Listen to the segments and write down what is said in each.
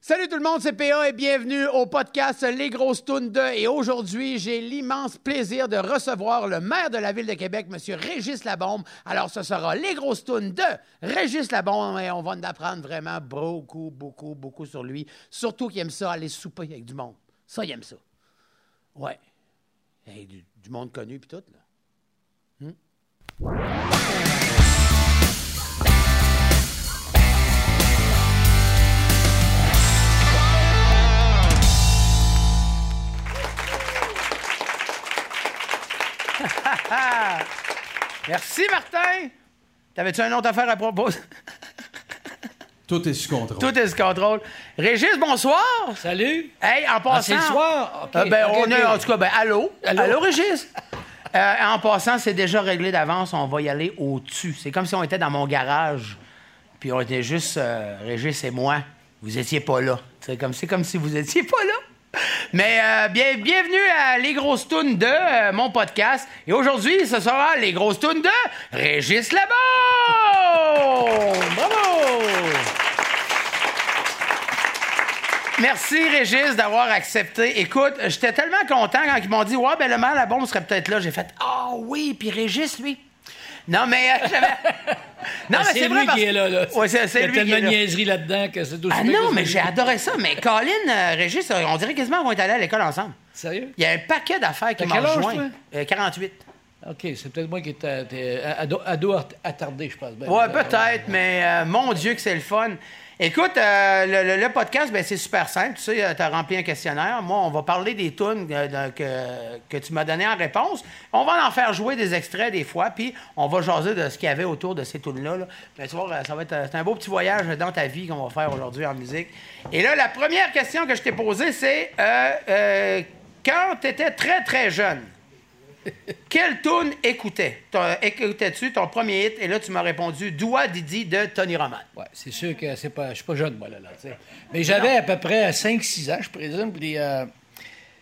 Salut tout le monde, c'est PA et bienvenue au podcast Les Grosses Tounes 2. Et aujourd'hui, j'ai l'immense plaisir de recevoir le maire de la ville de Québec, M. Régis Labombe. Alors, ce sera Les Grosses Tounes 2, Régis Labombe. Et on va en apprendre vraiment beaucoup, beaucoup, beaucoup sur lui. Surtout qu'il aime ça, aller souper avec du monde. Ça, il aime ça. Ouais. Et du, du monde connu, puis tout, là. Merci, Martin. T'avais-tu un autre affaire à proposer? Tout est sous contrôle. tout est sous contrôle. Régis, bonsoir. Salut! Hey, en passant. Ah, c'est le soir? OK, Euh, ben, OK, on OK. est, en tout cas, ben, allô? Allô, Allô? Régis? Euh, en passant, c'est déjà réglé d'avance, on va y aller au-dessus. C'est comme si on était dans mon garage, puis on était juste, euh, Régis et moi, vous étiez pas là. C'est comme, c'est comme si vous étiez pas là. Mais euh, bien, bienvenue à Les Grosses Tunes de euh, mon podcast. Et aujourd'hui, ce sera Les Grosses Tunes de Régis Labombe! Bravo! Merci Régis d'avoir accepté. Écoute, j'étais tellement content quand ils m'ont dit Ouais, ben le mal la bombe serait peut-être là. J'ai fait Ah oui, puis Régis, lui. Non, mais euh, j'avais. Non, Ah, c'est lui parce- qui est là, là. Ouais, c'est, c'est Il y a lui qui tellement est de là. niaiseries là-dedans que c'est tout Ah non, mais j'ai adoré ça. Mais Colin, euh, Régis, euh, on dirait quasiment qu'on est allés à l'école ensemble. Sérieux? Il y a un paquet d'affaires qui T'as m'ont quel âge, rejoint. toi? Euh, 48. OK, c'est peut-être moi qui étais t'es ado, ado at- attardé, je pense. Ben, Ouais, ben, peut-être, mais euh, mon Dieu que c'est le fun. Écoute, euh, le, le- le podcast, ben, c'est super simple. Tu sais, tu as rempli un questionnaire. Moi, on va parler des tunes euh, de- que, que tu m'as donné en réponse. On va en faire jouer des extraits des fois, puis on va jaser de ce qu'il y avait autour de ces tunes-là. là. Mais tu vois, euh, ça va être euh, c'est un beau petit voyage dans ta vie qu'on va faire aujourd'hui en musique. Et là, la première question que je t'ai posée, c'est euh, euh, quand tu étais très, très jeune, quelle tune écoutais? T'as- Écoutais-tu ton premier hit? Et là, tu m'as répondu Doua Didi de Tony Roman. Ouais, c'est sûr que c'est pas, je suis pas jeune, moi, là. là tu sais. mais j'avais à peu près 5-6 ans, je présume. Puis, euh,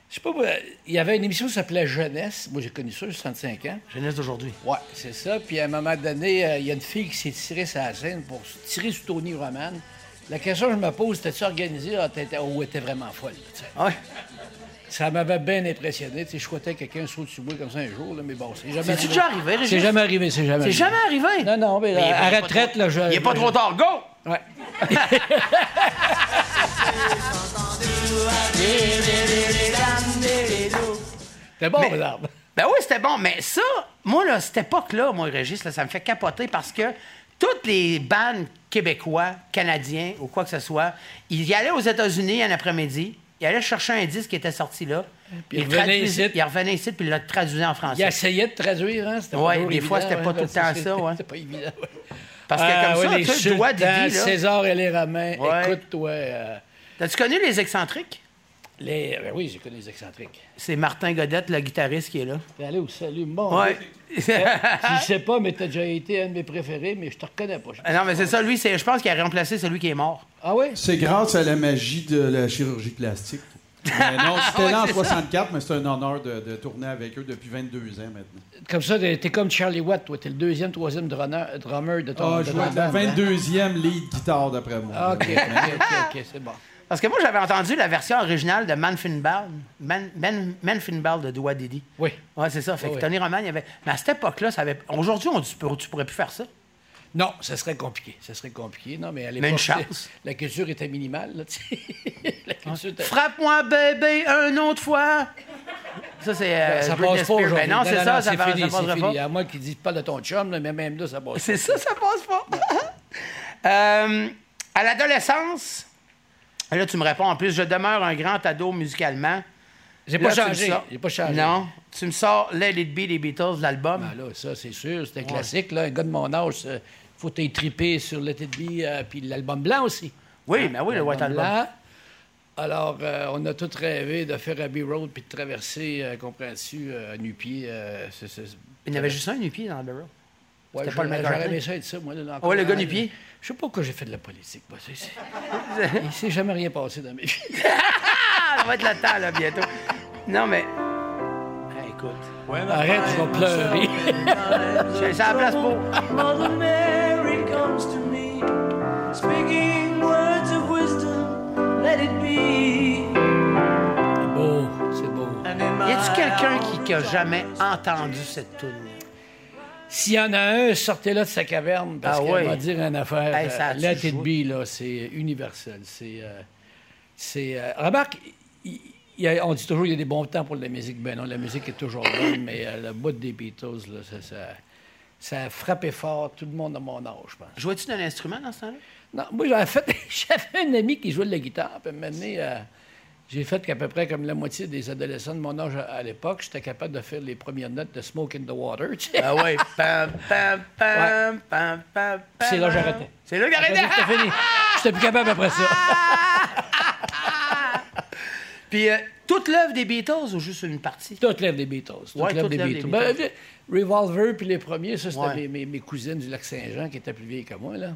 je sais pas, euh, il y avait une émission qui s'appelait Jeunesse. Moi, j'ai connu ça, j'ai 65 ans. Jeunesse d'aujourd'hui. Ouais, c'est ça. Puis à un moment donné, euh, il y a une fille qui s'est tirée sur la scène pour se tirer sur Tony Roman. La question que je me pose, t'es-tu organisé ou t'étais oh, t'es vraiment folle? là, tu sais. Ouais. Ça m'avait bien impressionné. Tu sais, je souhaitais quelqu'un saute sur moi comme ça un jour, là, mais bon, c'est jamais C'est-tu déjà arrivé, Régis? C'est jamais arrivé, c'est jamais C'est arrivé. jamais arrivé. Non, non, mais, euh, il est à pas retraite, trop- là, je... Il n'est pas je- trop tard. Go! Ouais. C'était bon, Mais- l'arbre. Ben oui, c'était bon. Mais ça, moi, là, cette époque-là, moi, Régis, là, ça me fait capoter parce que toutes les bandes québécois, canadiens ou quoi que ce soit, ils y allaient aux États-Unis un après-midi, ils allaient chercher un disque qui était sorti là. Puis ils revenaient traduisaient- ici. Ils revenaient ici, puis ils le traduisaient en français. Il essayait de traduire, hein? C'était pas Ouais, toujours des fois, c'était évident, pas hein, tout le parce que temps c'est- ça, ouais. C'était pas évident, ouais. Parce que Ah, comme ouais, ça, les tu sais, Doua Didi, sultans, là. César et les Romains, Ouais. écoute-toi. euh, T'as-tu connu les excentriques? les... ben oui, j'ai connu les excentriques. C'est Martin Godette, le guitariste, qui est là. T'es allé au salut, mon Ouais. Dieu. Je sais pas, mais t'as déjà été un de mes préférés, mais je te reconnais pas. Je- Ah non, mais c'est ça, lui, c'est, je pense qu'il a remplacé celui qui est mort. Ah oui? C'est grâce à la magie de la chirurgie plastique. Mais non, c'était Ah, là en 64, mais c'est un honneur de, de tourner avec eux depuis 22 ans maintenant. Comme ça, t'es t'es comme Charlie Watt, toi. T'es le deuxième, troisième drummer, drummer de ton. Ah, de je ton vois la band, hein? 22e lead guitare d'après moi. Ah, OK, OK, OK, ok, c'est bon. Parce que moi, j'avais entendu la version originale de Manfinball, Man, Man, Manfinball de Doua Didi. Oui. Ouais, c'est ça. Fait que Oui. Tony Roman, il y avait. Mais à cette époque-là, ça avait. Aujourd'hui, on dit, tu pourrais plus faire ça. Non, ça serait compliqué. Ça serait compliqué. Non, mais à l'époque, une chance. la culture était minimale. Là, tu sais. la culture était... Frappe-moi, bébé, un autre fois. Ça, c'est. euh, ça Britney passe pas Spears. aujourd'hui. Ben non, c'est ça, ça, c'est passe- ça fini, c'est passera pas. fini. hein. À moins qu'ils disent pas de ton chum, là, mais même là, ça passe C'est ça, ça passe pas. Euh, à l'adolescence, là, tu me réponds en plus, je demeure un grand ado musicalement. J'ai Là, pas tu me changé. sors- J'ai pas changé. Non, tu me sors Let It Be des Beatles, l'album. Ah, là, ça, c'est sûr. C'est un classique. Là. Un gars de mon âge, euh, faut t'étriper sur le TDB euh, puis l'album blanc aussi. oui, mais oui, le White L'album Album. blanc. Alors, euh, on a tous rêvé de faire Abbey Road puis de traverser, euh, comprends-tu, euh, à nu-pied. euh, c'est- c'est- Il y en avait juste un nu-pied dans le barrel. Ouais, C'était Paul j'aurais- McCartney. J'aurais aimé ça être ça, moi. Là, dans- Ouais, le gars nu-pied. Je sais pas pourquoi j'ai fait de la politique. moi, c'est- c'est- Il s'est jamais rien passé dans mes vies. Ah, ça va être le temps, là, bientôt. Non, mais. Ah, écoute, Arrête, je vais pleurer. j'ai- c'est à la place pour. Mother Mary comes to me, speaking words of wisdom. Let it be. C'est beau, c'est beau. And in my Y a-tu quelqu'un qui, qui a arms, jamais entendu cette tune S'il y en a un, sortez-la de sa caverne parce Ah qu'on ouais. va dire une affaire. Hey, ça euh, a-tu Let it joué? be, là, c'est universel. C'est. euh, c'est euh, remarque, il- il y a- on dit toujours qu'il y a des bons temps pour la musique. Ben non, la musique est toujours bonne, mais euh, le bout des Beatles, là, ça, ça, ça a frappé fort tout le monde à mon âge, je pense. Jouais-tu d'un instrument dans ce temps-là? Non, moi, j'avais fait. J'avais un ami qui jouait de la guitare. Puis maintenant, euh, j'ai fait qu'à peu près comme la moitié des adolescents de mon âge à, à l'époque, j'étais capable de faire les premières notes de Smoke in the Water. tu sais. Ah ouais. Pam, pam, pam, pam, pam, pam. C'est là que j'arrêtais. C'est là que Après ça, j'arrêtais. C'était fini. J'étais plus capable après ça. Puis euh, toute l'œuvre des Beatles ou juste une partie? Toute l'œuvre des Beatles. Toute Ouais, l'œuvre toute des l'œuvre Beatles. des Ben, Beatles. euh, Revolver, puis les premiers, ça, c'était Ouais. mes, mes- mes cousines du lac Saint-Jean qui étaient plus vieilles que moi. Là.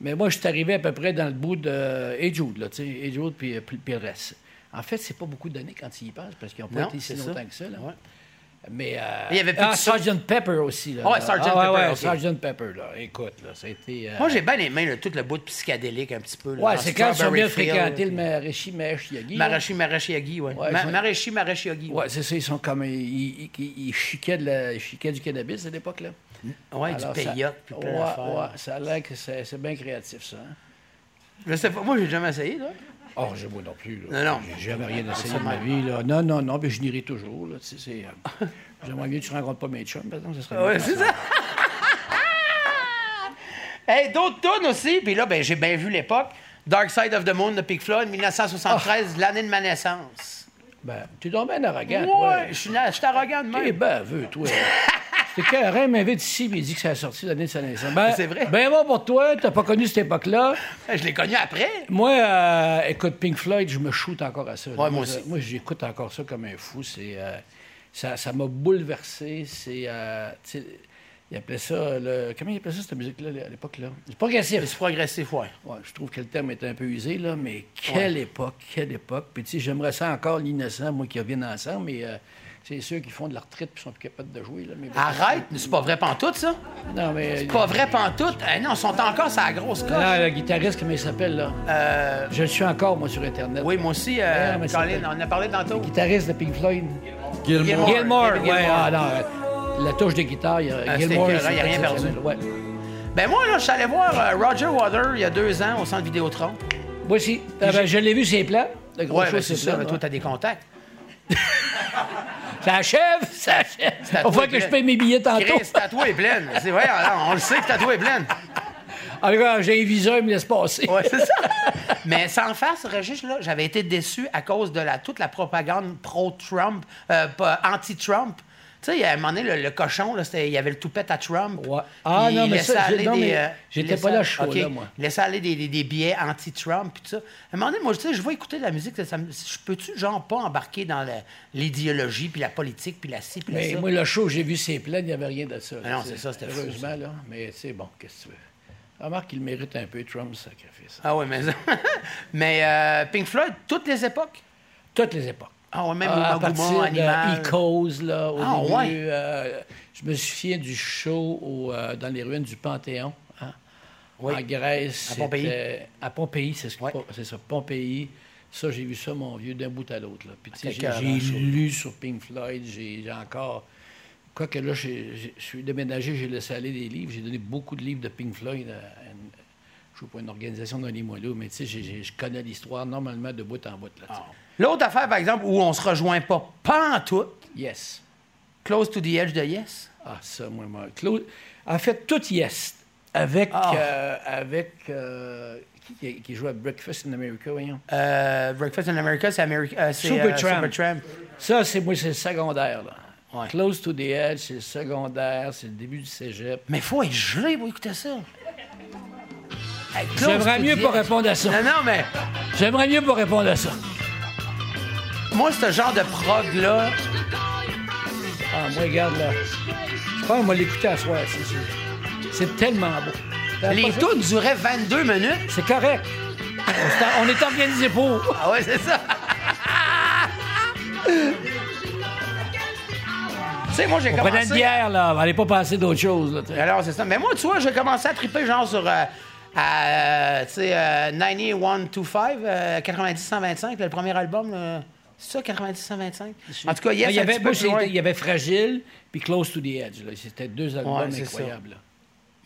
Mais moi, je suis arrivé à peu près dans le bout de euh, Hey Jude, là, tu sais, Hey Jude, puis, euh, puis- puis le reste. En fait, c'est pas beaucoup d'années quand ils y pensent, parce qu'ils n'ont pas Non, été si c'est ça. longtemps que ça. Là. Ouais. Mais. euh, Il y avait plus ah, de ça. Sgt. Pepper aussi. Là, Ouais, là. Sgt. Ah, ouais, Pepper, ouais, ok. Sgt. Pepper, là. Écoute, là, ça a été. euh, Moi, j'ai bien aimé là, tout le bout de psychédélique un petit peu. là, Ouais, dans c'est quand ils sont bien Strawberry Field, fréquentés, le puis- Maharishi Mahesh Yogi. là. Marashi Marashiagi, ouais. Ouais, Ma- je- Marashi Marashiagi. Ouais, c'est ça, ils sont comme. Ils, ils- ils- ils chiquaient, de la- ils chiquaient du cannabis à l'époque, là. Ouais, Alors, du ça- peyote, puis plein ouais, d'affaires. ouais, ça a l'air que c'est c'est bien créatif, ça. hein. Je sais pas, moi, j'ai jamais essayé, là. Oh, je moi non plus. là. Non, non. J'ai jamais rien essayé de ma vie, là. Non, non, non, mais je n'irai toujours, là. Tu sais, c'est- euh, J'aimerais mieux que tu rencontres pas mes chums, par exemple, ça serait Ouais, mieux. c'est ça. hey, d'autres tunes aussi, puis là, ben, j'ai bien vu l'époque. Dark Side of the Moon de Pink Floyd, 1973, l'année de ma naissance. Ben, tu es donc bien Ah. ouais, arrogant, toi. je suis na- je suis arrogant de T'es même. baveux, toi. Eh ben, C'est carré m'invite ici, mais il dit que ça a sorti l'année de sa naissance. Ben, C'est vrai. Ben bon pour toi, t'as pas connu cette époque-là. Je l'ai connu après. Moi, euh, écoute, Pink Floyd, je me shoote encore à ça. moi ça- aussi. Moi, j'écoute encore ça comme un fou. C'est, euh, ça, ça m'a bouleversé. C'est, euh, tu sais, il appelait ça, le, comment il appelait ça cette musique-là à l'époque là C'est progressif. C'est progressif, ouais. Ouais, je trouve que le terme est un peu usé là, mais quelle époque, quelle époque. Puis tu sais, j'aimerais ça encore l'innocent, moi qui reviennent ensemble, mais euh, c'est ceux qui font de la retraite puis sont plus capables de jouer là. Mais... Arrête, mais c'est pas vrai pantoute, ça. Non mais. C'est pas vrai pantoute. Eh non, ils sont encore sur la grosse coche. Là, le guitariste, comment il s'appelle là Euh, Je le suis encore moi sur internet. oui, moi aussi, euh, Ouais, mais c'est Colin, vrai. on en a parlé tantôt. Guitariste de Pink Floyd. Gilmour. Gilmour. Gilmore, David ouais, Gilmour. ah, non, euh, la touche de guitare, il y a Ah, Gilmore, c'était écœurant, c'est il a rien perdu. exceptionnel, ouais. Ben moi, là, je suis allé voir euh, Roger Water il y a deux ans au centre Vidéotron. Moi aussi, Ah, ben, je l'ai vu, c'est plat. Le gros Ouais, show, ben, c'est c'est ça, plat. mais toi, ouais. t'as des contacts. Ça achève, ça achève. à On toi, voit que Glenn. je paye mes billets tantôt. Chris, ta tour est pleine. C'est vrai, alors, on le sait que ta tour est pleine. En tout cas, Ah, euh, j'ai un visa, il me laisse passer. Ouais, c'est ça. Mais sans face, Régis, là, j'avais été déçu à cause de la, toute la propagande pro-Trump, euh, pas- anti-Trump. Tu sais, il y a un moment donné, le, le cochon, là, c'était- il y avait le toupette à Trump. Ouais. Ah, Puis non, il mais laissait ça, j'ai- aller non, des, mais euh, j'étais il laissait- pas là, je suis OK, là, moi. il laissait aller des, des- des billets anti-Trump, puis tout ça. À un moment donné, moi, tu sais, je vais écouter de la musique, ça, ça me- je peux-tu, genre, pas embarquer dans la- l'idéologie, puis la politique, puis la ci, puis la Mais ça? Ben, moi, le show, j'ai vu, c'est plein, il n'y avait rien de ça. Ah non, c'est ça, c'était fou, Heureusement, là. Mais c'est bon, qu'est-ce que tu veux. Remarque qu'il mérite un peu, Trump, sacrifice. Ah oui, mais... mais euh, Pink Floyd, toutes les époques? Toutes les époques. Ah ouais, même Ah, à au Magoumon, partir Animal. de Icos, là, au Ah, début. ouais. euh, je me souviens du show au, euh, dans les ruines du Panthéon, hein, Oui. en Grèce. À Pompéi. c'était- À Pompéi, c'est ce que- Ouais. c'est ça, Pompéi. Ça, j'ai vu ça, mon vieux, d'un bout à l'autre. là. Puis, tu sais, j'ai C'était écœurant, j'ai Ah, ça. lu sur Pink Floyd, j'ai j'ai encore... Quoique là, j'ai- j'ai- je suis déménagé, j'ai laissé aller des livres. J'ai donné beaucoup de livres de Pink Floyd à une, je sais pas, une organisation dans les moelleux, mais tu sais, j'ai- j'ai- je connais l'histoire normalement de bout en bout. Là, tu Ah. sais. L'autre affaire, par exemple, où on se rejoint pas pantoute, Yes. Close to the Edge de Yes. Ah, ça, moi, moi. Claude. En fait, tout yes. Avec. Ah. euh, avec euh, qui- qui, qui joue à Breakfast in America, voyons. Euh, Breakfast in America, c'est Ameri- euh, c'est, euh, Supertramp. Supertramp. Ça, c'est moi, c'est le secondaire, là. Ouais. Close to the Edge, c'est le secondaire, c'est le début du cégep. Mais faut être gelé pour écouter ça. Hey, Close J'aimerais to mieux the pas Edge. répondre à ça. Non, non, mais J'aimerais mieux pas répondre à ça. moi, ce genre de prog-là, Ah, moi, regarde, là. Je pense qu'on va l'écouter à soir, c'est sûr. C'est tellement beau. T'as les pas ça? tunes duraient 22 minutes. C'est correct. On s'est- On est organisé pour. Ah ouais, c'est ça. tu sais, moi, j'ai On prenait commencé... Ben une bière, là. Allez pas penser d'autre chose, là. tu sais. Alors, c'est ça. Mais moi, tu vois, j'ai commencé à triper genre sur euh, à, euh, tu sais, euh, 9125, euh, 90-125, le premier album. là. C'est ça, 90-125? En tout cas, yes, Mais Ah, il, y un avait, petit peu moi, plus loin. c'était- il y avait Fragile puis Close to the Edge. là. C'était deux albums Ouais, c'est ça. incroyables. là.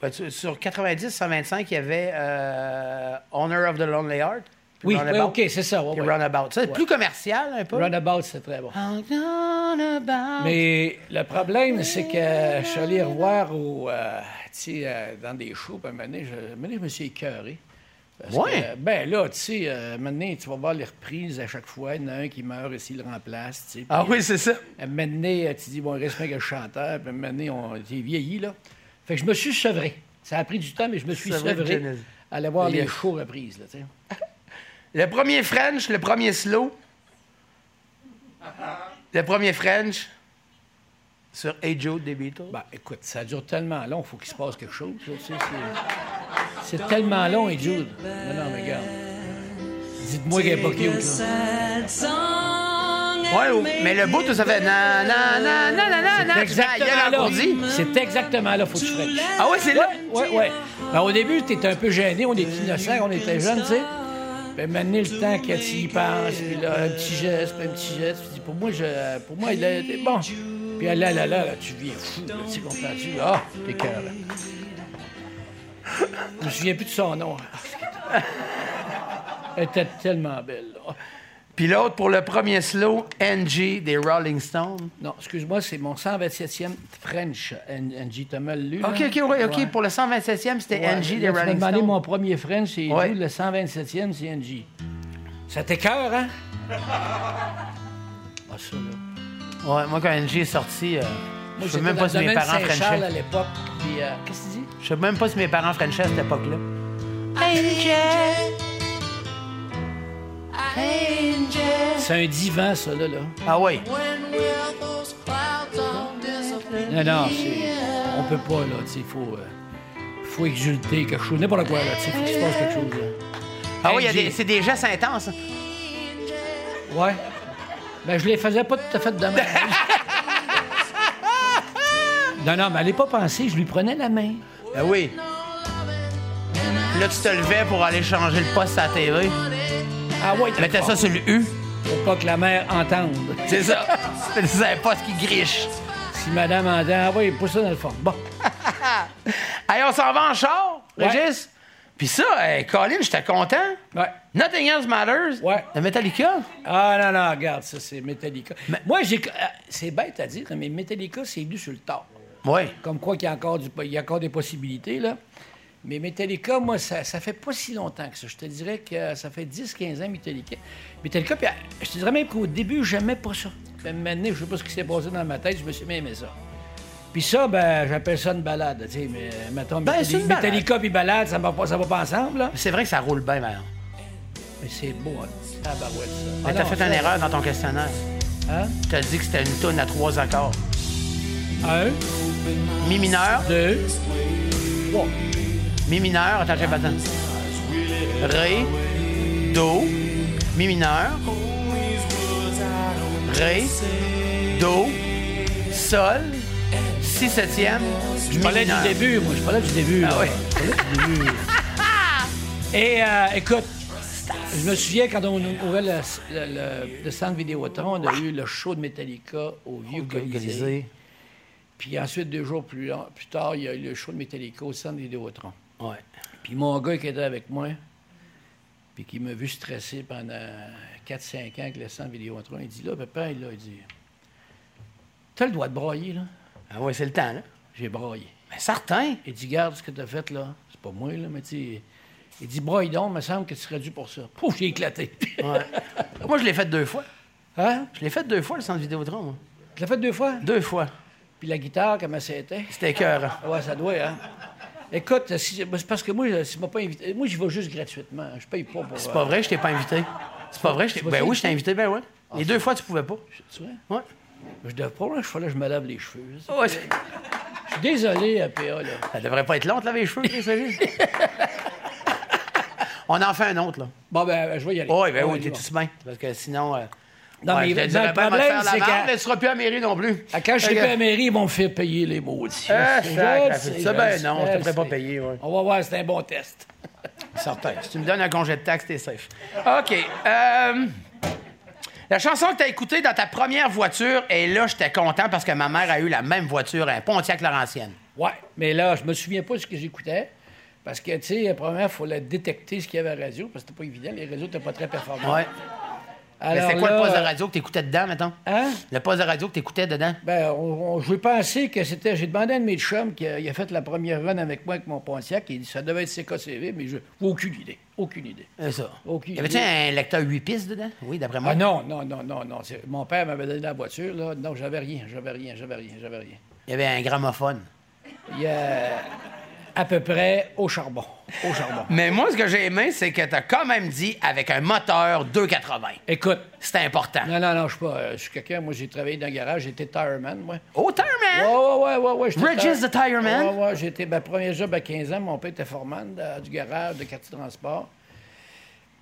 Ben, tu- sur 90-125, il y avait euh, Honor of the Lonely Heart. puis Oui, Runabout, ouais, OK, c'est ça. ouais, puis ouais. Runabout. Ça, c'est Ouais. plus commercial, un peu. Runabout, c'est très bon. Runabout. Mais le problème, c'est que je suis allé revoir au, euh, tu sais, euh, dans des shows, puis un moment donné, je, un moment donné, je me suis écœuré. Parce Ouais. que, ben là, tu sais, euh, un moment donné, tu vas voir les reprises à chaque fois. Il y en a un qui meurt et s'il le remplace. tu sais, Ah puis, oui, c'est ça. euh, un moment donné, euh, tu dis, bon, il reste bien que le chanteur. Puis un moment donné, on était vieilli, là. Fait que je me suis sevré. Ça a pris du temps, mais je me suis Sevré de euh, sevré Genesis. à aller voir les Yes. shows reprises, là, tu sais. Le premier French, le premier slow. Le premier French sur Hey Jude des Beatles. Ben, écoute, ça dure tellement long, il faut qu'il se passe quelque chose. là, tu sais, c'est, c'est tellement long, et Jude. Non, non, mais regarde. Dites-moi qu'il n'est pas cute, là. Ouais, ou- mais le bout, tout ça fait na na na na na na na. Il y a Exactement l'engourdi. là. C'est exactement là, faut que tu frenches. Ah ouais, c'est là. Ouais, ouais. Ben, au début, t'étais un peu gêné, on était innocent, on était jeunes, tu sais. Ben, maintenant, le temps que tu y penses, puis là, un petit geste, puis un petit geste, puis tu dis, pour moi, je, pour moi, il a été bon. Puis ah, là, là, là, là, tu deviens fou, là, tu sais, comprends-tu? Ah, t'es cœur, Je me souviens plus de son nom. Elle était tellement belle, là. Puis l'autre pour le premier slow, NG des Rolling Stones. Non, excuse-moi, c'est mon 127e French, An- Angie, t'as mal lu. là? OK, OK, ouais, OK. Ouais. Pour le 127e, c'était Ouais, NG des là, Tu m'as Rolling demandé Stones. mon premier French, c'est Ouais. Jules, le 127e, c'est NG. Ça t'écœure, hein? Ah, ça, là. Ouais, moi, quand NG est sorti, euh, je sais j'étais même dans pas le si mes domaine parents Saint-Charles à frenchaient. l'époque, puis... euh, Qu'est-ce que tu dis? Je sais même pas si mes parents frenchaient à cette époque-là. C'est un divan, ça, là. là. Ah ouais. Non, non, c'est... On peut pas, là, tu sais, il faut... euh, faut exulter quelque chose, n'importe quoi, là, tu sais, faut qu'il se passe quelque chose, là. Ah ouais, il y a NG. des- c'est des gestes intenses. hein. Ouais. Ben, je les faisais pas tout à fait de même. non, non, mais allez pas penser, je lui prenais la main. Ben oui. Là, tu te levais pour aller changer le poste à la TV. Ah ouais, Mettais ça sur le U. Pour pas que la mère entende. C'est ça. C'est un poste qui griche. Si madame entend, ah ouais, pousse ça dans le fond. Bon. Allez, on s'en va en char, Ouais. Régis. Puis ça, hey, Colin, j'étais content. Ouais. Nothing else matters. Ouais. De Metallica. Ah non, non, regarde, ça, c'est Metallica. Moi, j'ai. ah, C'est bête à dire, mais Metallica, c'est venu sur le tard. Oui. Comme quoi qu'il y a encore, du- il y a encore des possibilités, là. Mais Metallica, moi, ça, ça fait pas si longtemps que ça. Je te dirais que euh, ça fait 10-15 ans, Metallica. Metallica, puis ah, je te dirais même qu'au début, j'aimais pas ça. Puis à un moment donné, je sais pas ce qui s'est passé dans ma tête, je me suis mis aimé ça. Puis ça, ben, j'appelle ça une balade, tu sais, mais euh, mettons, Ben, c'est une balade. Metallica puis balade, ça va pas, ça va pas ensemble, là. C'est vrai que ça roule bien, maintenant. Mais c'est beau, hein? Tabarouette, ça. Mais Ah t'as non, fait ça, une erreur dans ton questionnaire. Hein? T'as dit que c'était une toune à trois accords. Un, Mi mineur, deux, trois. mi mineur, attends, j'ai pas le temps. Ré, do, mi mineur. Ré, do, sol, si septième. Je parlais du début, moi, je parlais du début. Ah là. oui. Je parlais du début. Et euh, écoute, je me souviens quand on ouvrait le, le, le, le centre Vidéotron, on a eu le show de Metallica Oh, au Vieux Colisée. Organisé. Puis ensuite, deux jours plus, long- plus tard, il y a eu le show de Metallica au centre Vidéotron. Ouais. Puis mon gars qui était avec moi, puis qui m'a vu stressé pendant 4-5 ans avec le centre Vidéotron, il dit là, papa, il, là, il dit T'as le droit de brailler, là Ah ouais, c'est le temps, là. J'ai braillé. Mais certain. Il dit Garde ce que t'as fait, là. C'est pas moi, là, mais tu sais, Il dit Braille donc, me semble que tu serais dû pour ça. Pouf, j'ai éclaté. Ouais. moi, je l'ai fait deux fois. hein Je l'ai fait deux fois, le centre Vidéotron. moi. Tu l'as fait deux fois Deux fois. Puis la guitare, comment c'était C'était écœurant. Ouais, ça doit, hein. Écoute, si- ben, c'est parce que moi, si m'a pas invité. Moi, j'y vais juste gratuitement. Je paye pas pour. euh, C'est pas vrai, je t'ai pas invité. C'est pas vrai, je t'ai... pas Ben fait oui, je t'ai invité, ben ouais. Ah, Les deux fois, tu pouvais pas. Tu vois? Ouais. Je devais pas, là, je fallait que je me lave les cheveux. là. Ouais, c'est- Je suis désolé, APA, là. Ça devrait pas être long de laver les cheveux, Chris, Régis. On en fait un autre, là. Bon, ben, je vais y aller. Oui, ben On oui, y t'es va. tout bien. Parce que sinon. euh, Non, mais je te le- dirais ben, va le te faire problème, la c'est marde, que- mais tu seras plus à la mairie non plus. Ah, Quand je Fait suis plus que- à la mairie, ils vont me faire payer les maudits. Ah, Je sacre, sais, ça, je ben sais, non, je te ferai pas sais. payer, ouais. On va voir, c'est un bon test. Certain. Si tu me donnes un congé de taxe, t'es safe. OK. euh, la chanson que t'as écoutée dans ta première voiture, et là, j'étais content parce que ma mère a eu la même voiture, un Pontiac Laurentienne. Ouais, mais là, je me souviens pas de ce que j'écoutais. Parce que, tu sais, premièrement, il fallait détecter ce qu'il y avait à la radio, parce que c'était pas évident. Les réseaux n'étaient pas très performants. Ouais. Mais Alors C'était quoi le là, euh, poste de radio que t'écoutais dedans, mettons? Hein? Le poste de radio que t'écoutais dedans? Ben, on, on- je vais penser que c'était. J'ai demandé à un de mes chums qui a, il a fait la première run avec moi avec mon Pontiac. Il dit ça devait être CKCV, mais je aucune idée. Aucune idée. C'est ça. Ok. Y avait-tu un lecteur 8 pistes dedans? Oui, d'après moi. Ah non, non, non, non, non. c'est- Mon père m'avait donné la voiture, là. Non, j'avais rien, j'avais rien, j'avais rien, j'avais rien. Il y avait un gramophone. Il y a à peu près au charbon. Au charbon. Mais moi, ce que j'ai aimé, c'est que t'as quand même dit avec un moteur 280. Écoute. C'était important. Non, non, non, je suis pas. euh, Je suis quelqu'un, moi j'ai travaillé dans le garage, j'étais tireman, moi. Oh, Tireman! Ouais, ouais, ouais, ouais, ouais. j'étais Bridges tire- the Tireman. Ouais, ouais, j'étais ben, ma première job à 15 ans. Mon père était foreman de- du garage de quartier transport.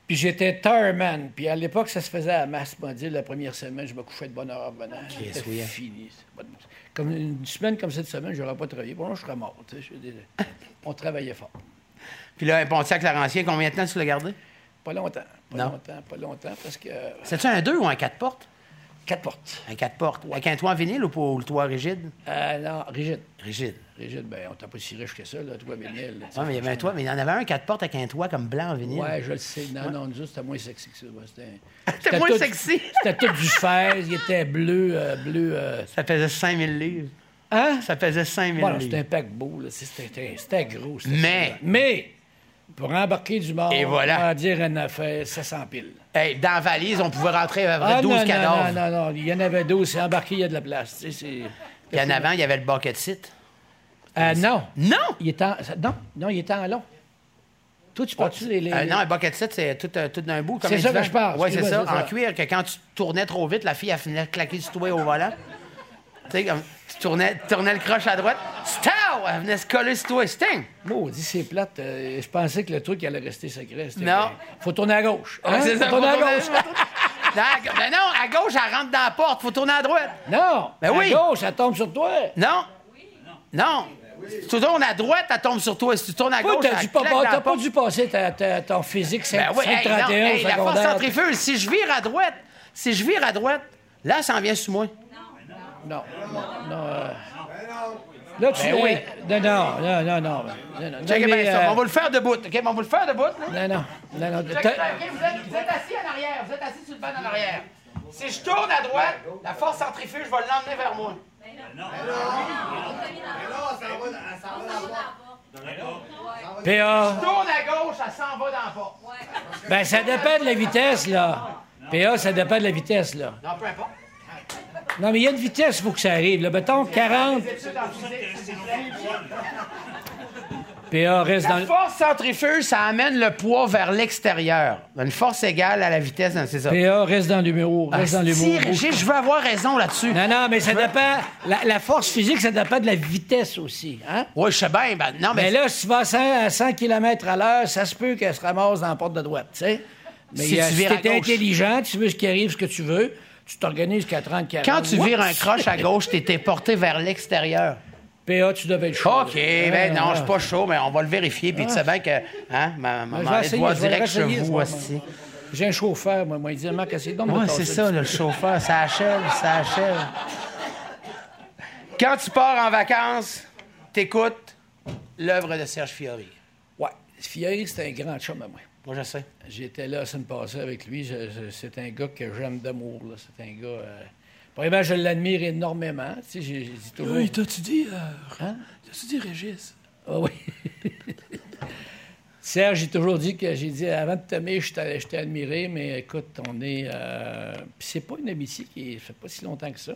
Puis j'étais tireman. Puis à l'époque, ça se faisait à masse dire La première semaine, je me couchais de bonne heure en venant. Yes, C'était oui, hein. fini. C'est pas de bon sens. Comme une semaine comme cette semaine, j'aurais pas travaillé. Bon, là, je serais mort. tu sais, je veux dire, on travaillait fort. Puis là, un Pontiac Laurentien, combien de temps tu l'as gardé? Pas longtemps. Pas Non. longtemps, pas longtemps, parce que. euh, C'est-tu un 2 ou un 4 portes? Quatre portes. Un 4 portes. Avec un toit en vinyle ou pour le toit rigide? Euh, non, rigide. Rigide. Rigide, ben, on t'a pas si riche que ça, là, toi, Bénil. là, tu sais. Oui, mais il y avait un toit, mais il y en avait un 4 portes avec un toit comme blanc en vinyle. Ouais, je le sais. Non, non, nous autres, c'était moins sexy que ça. ouais, c'était- C'était moins tout- sexy. C'était tout du fer. Il était bleu, euh, bleu. euh, Ça faisait 5000 livres. Hein? Ça faisait 5000 Voilà, c'était un livres. paquebot. là, c'est- C'était c'était gros. c'était Mais- ça. Mais, pour embarquer du mort, Et voilà. en dire une affaire, ça s'empile. Hey, dans la valise, on pouvait rentrer à peu près Ah, 12 non, cadavres. non, non, non, non. Il y en avait 12. C'est embarqué, il y a de la place. tu sais, c'est- Puis en avant, il y avait le bucket seat. Euh, non. Non! Il était en... ça- non, non, il était en long. Toi, tu portes-tu les... les- Euh, non, un bucket seat, c'est tout, euh, tout d'un bout. comme C'est un ça divan. que je parle, Ouais, c'est excuse-moi, ça. c'est En ça. cuir, que quand tu tournais trop vite, la fille, elle finissait de claquer du toit au volant. tu sais, comme tu tournais, tu tournais le croche à droite. Stow! Elle venait se coller sur toi. Sting! Maudit, c'est plate. euh, je pensais que le truc allait rester secret. c'était- Non. Faut tourner à gauche. Ouais, hein, c'est ça, Faut tourner à gauche. Non, à ga- ben non, à gauche, elle rentre dans la porte. Faut tourner à droite. Non. Ben à oui. gauche, ça tombe sur toi. Non? Non. Si tu tournes à droite, elle tombe sur toi. Si tu tournes à Toi, gauche, t'as elle dû pas, claque dans la t'as pas porte. dû passer ta, ta- ton physique Ben 531 oui, hey, non, hey, la force secondaire. centrifuge, si je vire à droite, si je vire à droite, là, ça en vient sur moi. Non, non, non. euh, Là, tu Ben oui. Non, non, non, non, non. non, non, Check non, bien mais, ça. euh, On va le faire debout. OK, mais on va le faire debout. Là. Non, non, non, non. Check t'as- ça, OK, vous, êtes, vous êtes assis en arrière. Vous êtes assis sur le banc en arrière. Si je tourne à droite, la force centrifuge va l'emmener vers moi. PA, Tourne à gauche, elle s'en va dans la porte. ben ça dépend de la vitesse, là. PA, ça dépend de la vitesse, là. Non, peu importe. Non, mais il y a une vitesse, il faut que ça arrive. Là, mettons 40, Les études en physique, s'il vous plaît. PA reste dans La le... force centrifuge, ça amène le poids vers l'extérieur. Une force égale à la vitesse, c'est ça. PA reste dans l'humour, reste dans l'humour. Ah, Si, Régis, je veux avoir raison là-dessus. Non, non, mais ça dépend. La, la force physique, ça dépend de la vitesse aussi. Hein? Oui, je sais bien. ben, non, mais, Mais là, si tu vas à 100, à 100 km à l'heure, ça se peut qu'elle se ramasse dans la porte de droite, tu sais. Mais Si euh, tu si vires à t'es gauche. intelligent, tu veux ce qui arrive, ce que tu veux, tu t'organises qu'à 30 40 quand tu vires un Oups! croche à gauche, t'étais porté vers l'extérieur. PA, tu devais le chaud. OK, ben non, je suis pas chaud, mais on va le vérifier. Puis tu sais bien que, hein, ma Ben, je vais maman essayer, doit je vais direct chez réessayer, vous ce aussi. J'ai un chauffeur, moi, moi, il dit, Marc, c'est donc de Oui, ton c'est sel. ça, le chauffeur, ça achève, ça achève. Quand tu pars en vacances, t'écoutes l'œuvre de Serge Fiori. Ouais. Fieri, c'était un grand chum à moi. Moi, je sais. J'étais là la semaine passée avec lui. Je- je- c'est un gars que j'aime d'amour. là. C'est un gars. euh, Premièrement, je l'admire énormément. Tu sais, j'ai j'ai dit toujours. Oui, t'as-tu dit, euh, Hein? t'as-tu dit Régis? Ah oui. Serge, j'ai toujours dit que j'ai dit avant de t'aimer, je t'ai je t'ai admiré, mais écoute, on est. euh, Puis c'est pas une amitié qui fait pas si longtemps que ça,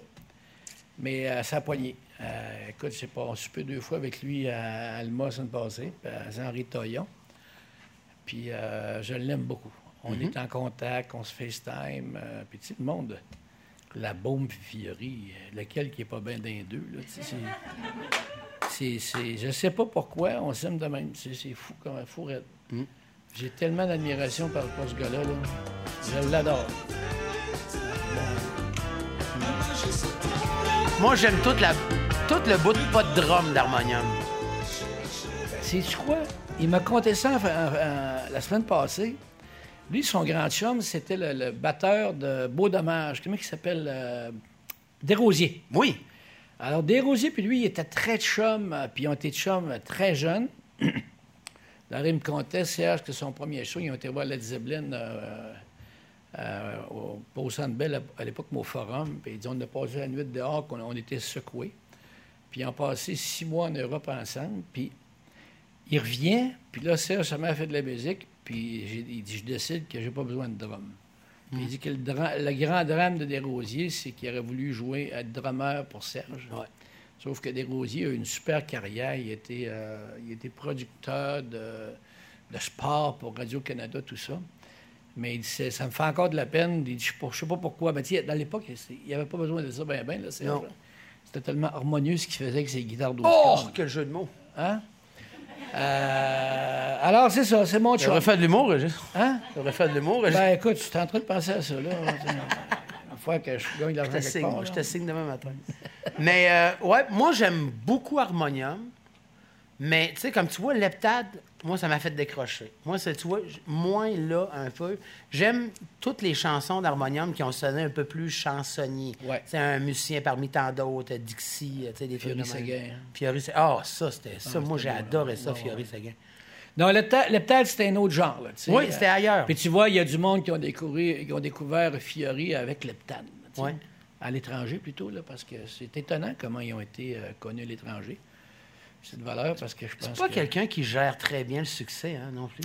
mais euh, ça a poigné. Euh, écoute, j'ai pas soupé deux fois avec lui à Alma la semaine passée, puis à Henri Toyon. Puis euh, je l'aime beaucoup. On est en contact, on se FaceTime, euh, puis tu sais, le monde. La bombe Fiori, euh, lequel qui est pas bien d'un deux, là, tu sais, c'est- c'est, c'est, je sais pas pourquoi on s'aime de même. C'est, c'est fou comme un fourrette. J'ai tellement d'admiration par rapport à ce gars-là. là. Je l'adore. Moi, j'aime toute la, tout le bout de pas de drum d'harmonium. C'est tu quoi? Il m'a conté ça en- en- en- la semaine passée. Lui, son grand chum, c'était le, le batteur de Beau Dommage. Comment il s'appelle? euh, Desrosiers. Oui. Alors, Desrosiers, puis lui, il était très chum, euh, puis ils ont été chum euh, très jeunes. Là, il me contait, Serge, que son premier show, ils ont été voir Led Zeppelin euh, euh, au, pas au Centre Bell, à- à l'époque, mais au Forum. Puis ils disent, on a passé la nuit dehors, qu'on on était secoués. Puis ils ont passé six mois en Europe ensemble. Puis il revient, puis là, Serge, sa mère fait de la musique, puis j'ai- il dit, je décide que j'ai pas besoin de drum. Puis il dit que le, dra- le grand drame de Desrosiers, c'est qu'il aurait voulu jouer à drummer pour Serge. Sauf que Desrosiers a eu une super carrière. Il était, euh, il était producteur de, de sport pour Radio-Canada, tout ça. Mais il dit, C'est- ça me fait encore de la peine. Il dit, je ne sais pas pourquoi. Mais tu sais, dans l'époque, c'est- il n'y avait pas besoin de ça bien, bien. Non. C'était tellement harmonieux ce qu'il faisait avec ses guitares douze Oh, cordes. quel jeu de mots. Hein? Euh, alors, c'est ça, c'est mon Tu chum. aurais fait de l'humour, Régis. Hein? Tu aurais fait de l'humour, Régis. Ben, écoute, je suis en train de penser à ça, là. Une fois que je gagne de l'argent Je te quelque signe, part, moi, là. je te signe demain matin. mais euh, ouais, moi j'aime beaucoup Harmonium, mais tu sais comme tu vois Leptade, moi ça m'a fait décrocher. Moi c'est tu vois j- moins là un peu. J'aime toutes les chansons d'Harmonium qui ont sonné un peu plus chansonnier. Ouais. C'est un musicien parmi tant d'autres, euh, Dixie, euh, tu sais des Fiori trucs de même. Seguin, hein. Fiori Seguin. Ah ça c'était ça, moi j'ai c'était bon, adoré hein. ça Ouais, Fiori ouais. Seguin. Non, le ta- le peut-être, c'était un autre genre. Là, tu sais. Oui, c'était ailleurs. Puis tu vois, il y a du monde qui ont, découvert, qui ont découvert Fiori avec Leptane. tu sais. Ouais. À l'étranger, plutôt, là, parce que c'est étonnant comment ils ont été euh, connus à l'étranger. C'est de valeur parce que je pense C'est pas que... quelqu'un qui gère très bien le succès hein, non plus.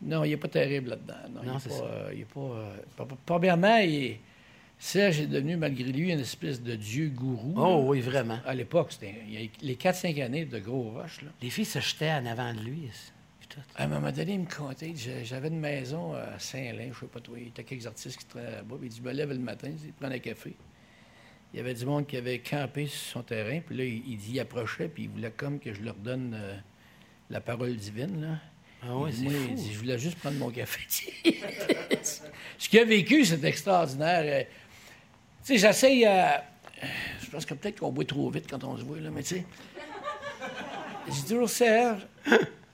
Non, il n'est pas terrible là-dedans. Non, il Non, est c'est pas, ça. euh, il est pas, euh, pas- pas- Premièrement, il est- Serge est devenu, malgré lui, une espèce de dieu gourou. Oh là. oui, vraiment. À l'époque, c'était il y a- les 4-5 années de gros roches, là. Les filles se jetaient en avant de lui. puis tout. À un moment donné, il me contait, il dit, J'ai- j'avais une maison à Saint-Lin, je sais pas toi, il était quelques artistes qui traînaient là-bas, puis il dit, je me lève le matin, il dit, prends un café. Il y avait du monde qui avait campé sur son terrain, puis là, il, il dit, il approchait, puis il voulait comme que je leur donne euh, la parole divine, là. Ah ouais, Il c'est dit, Moi, fou. il dit, je voulais juste prendre mon café. Ce qu'il a vécu, c'est extraordinaire. Euh, Tu sais, j'essaye... euh, je pense que peut-être qu'on boit trop vite quand on se voit, là, mais tu sais... Je dis toujours, Serge,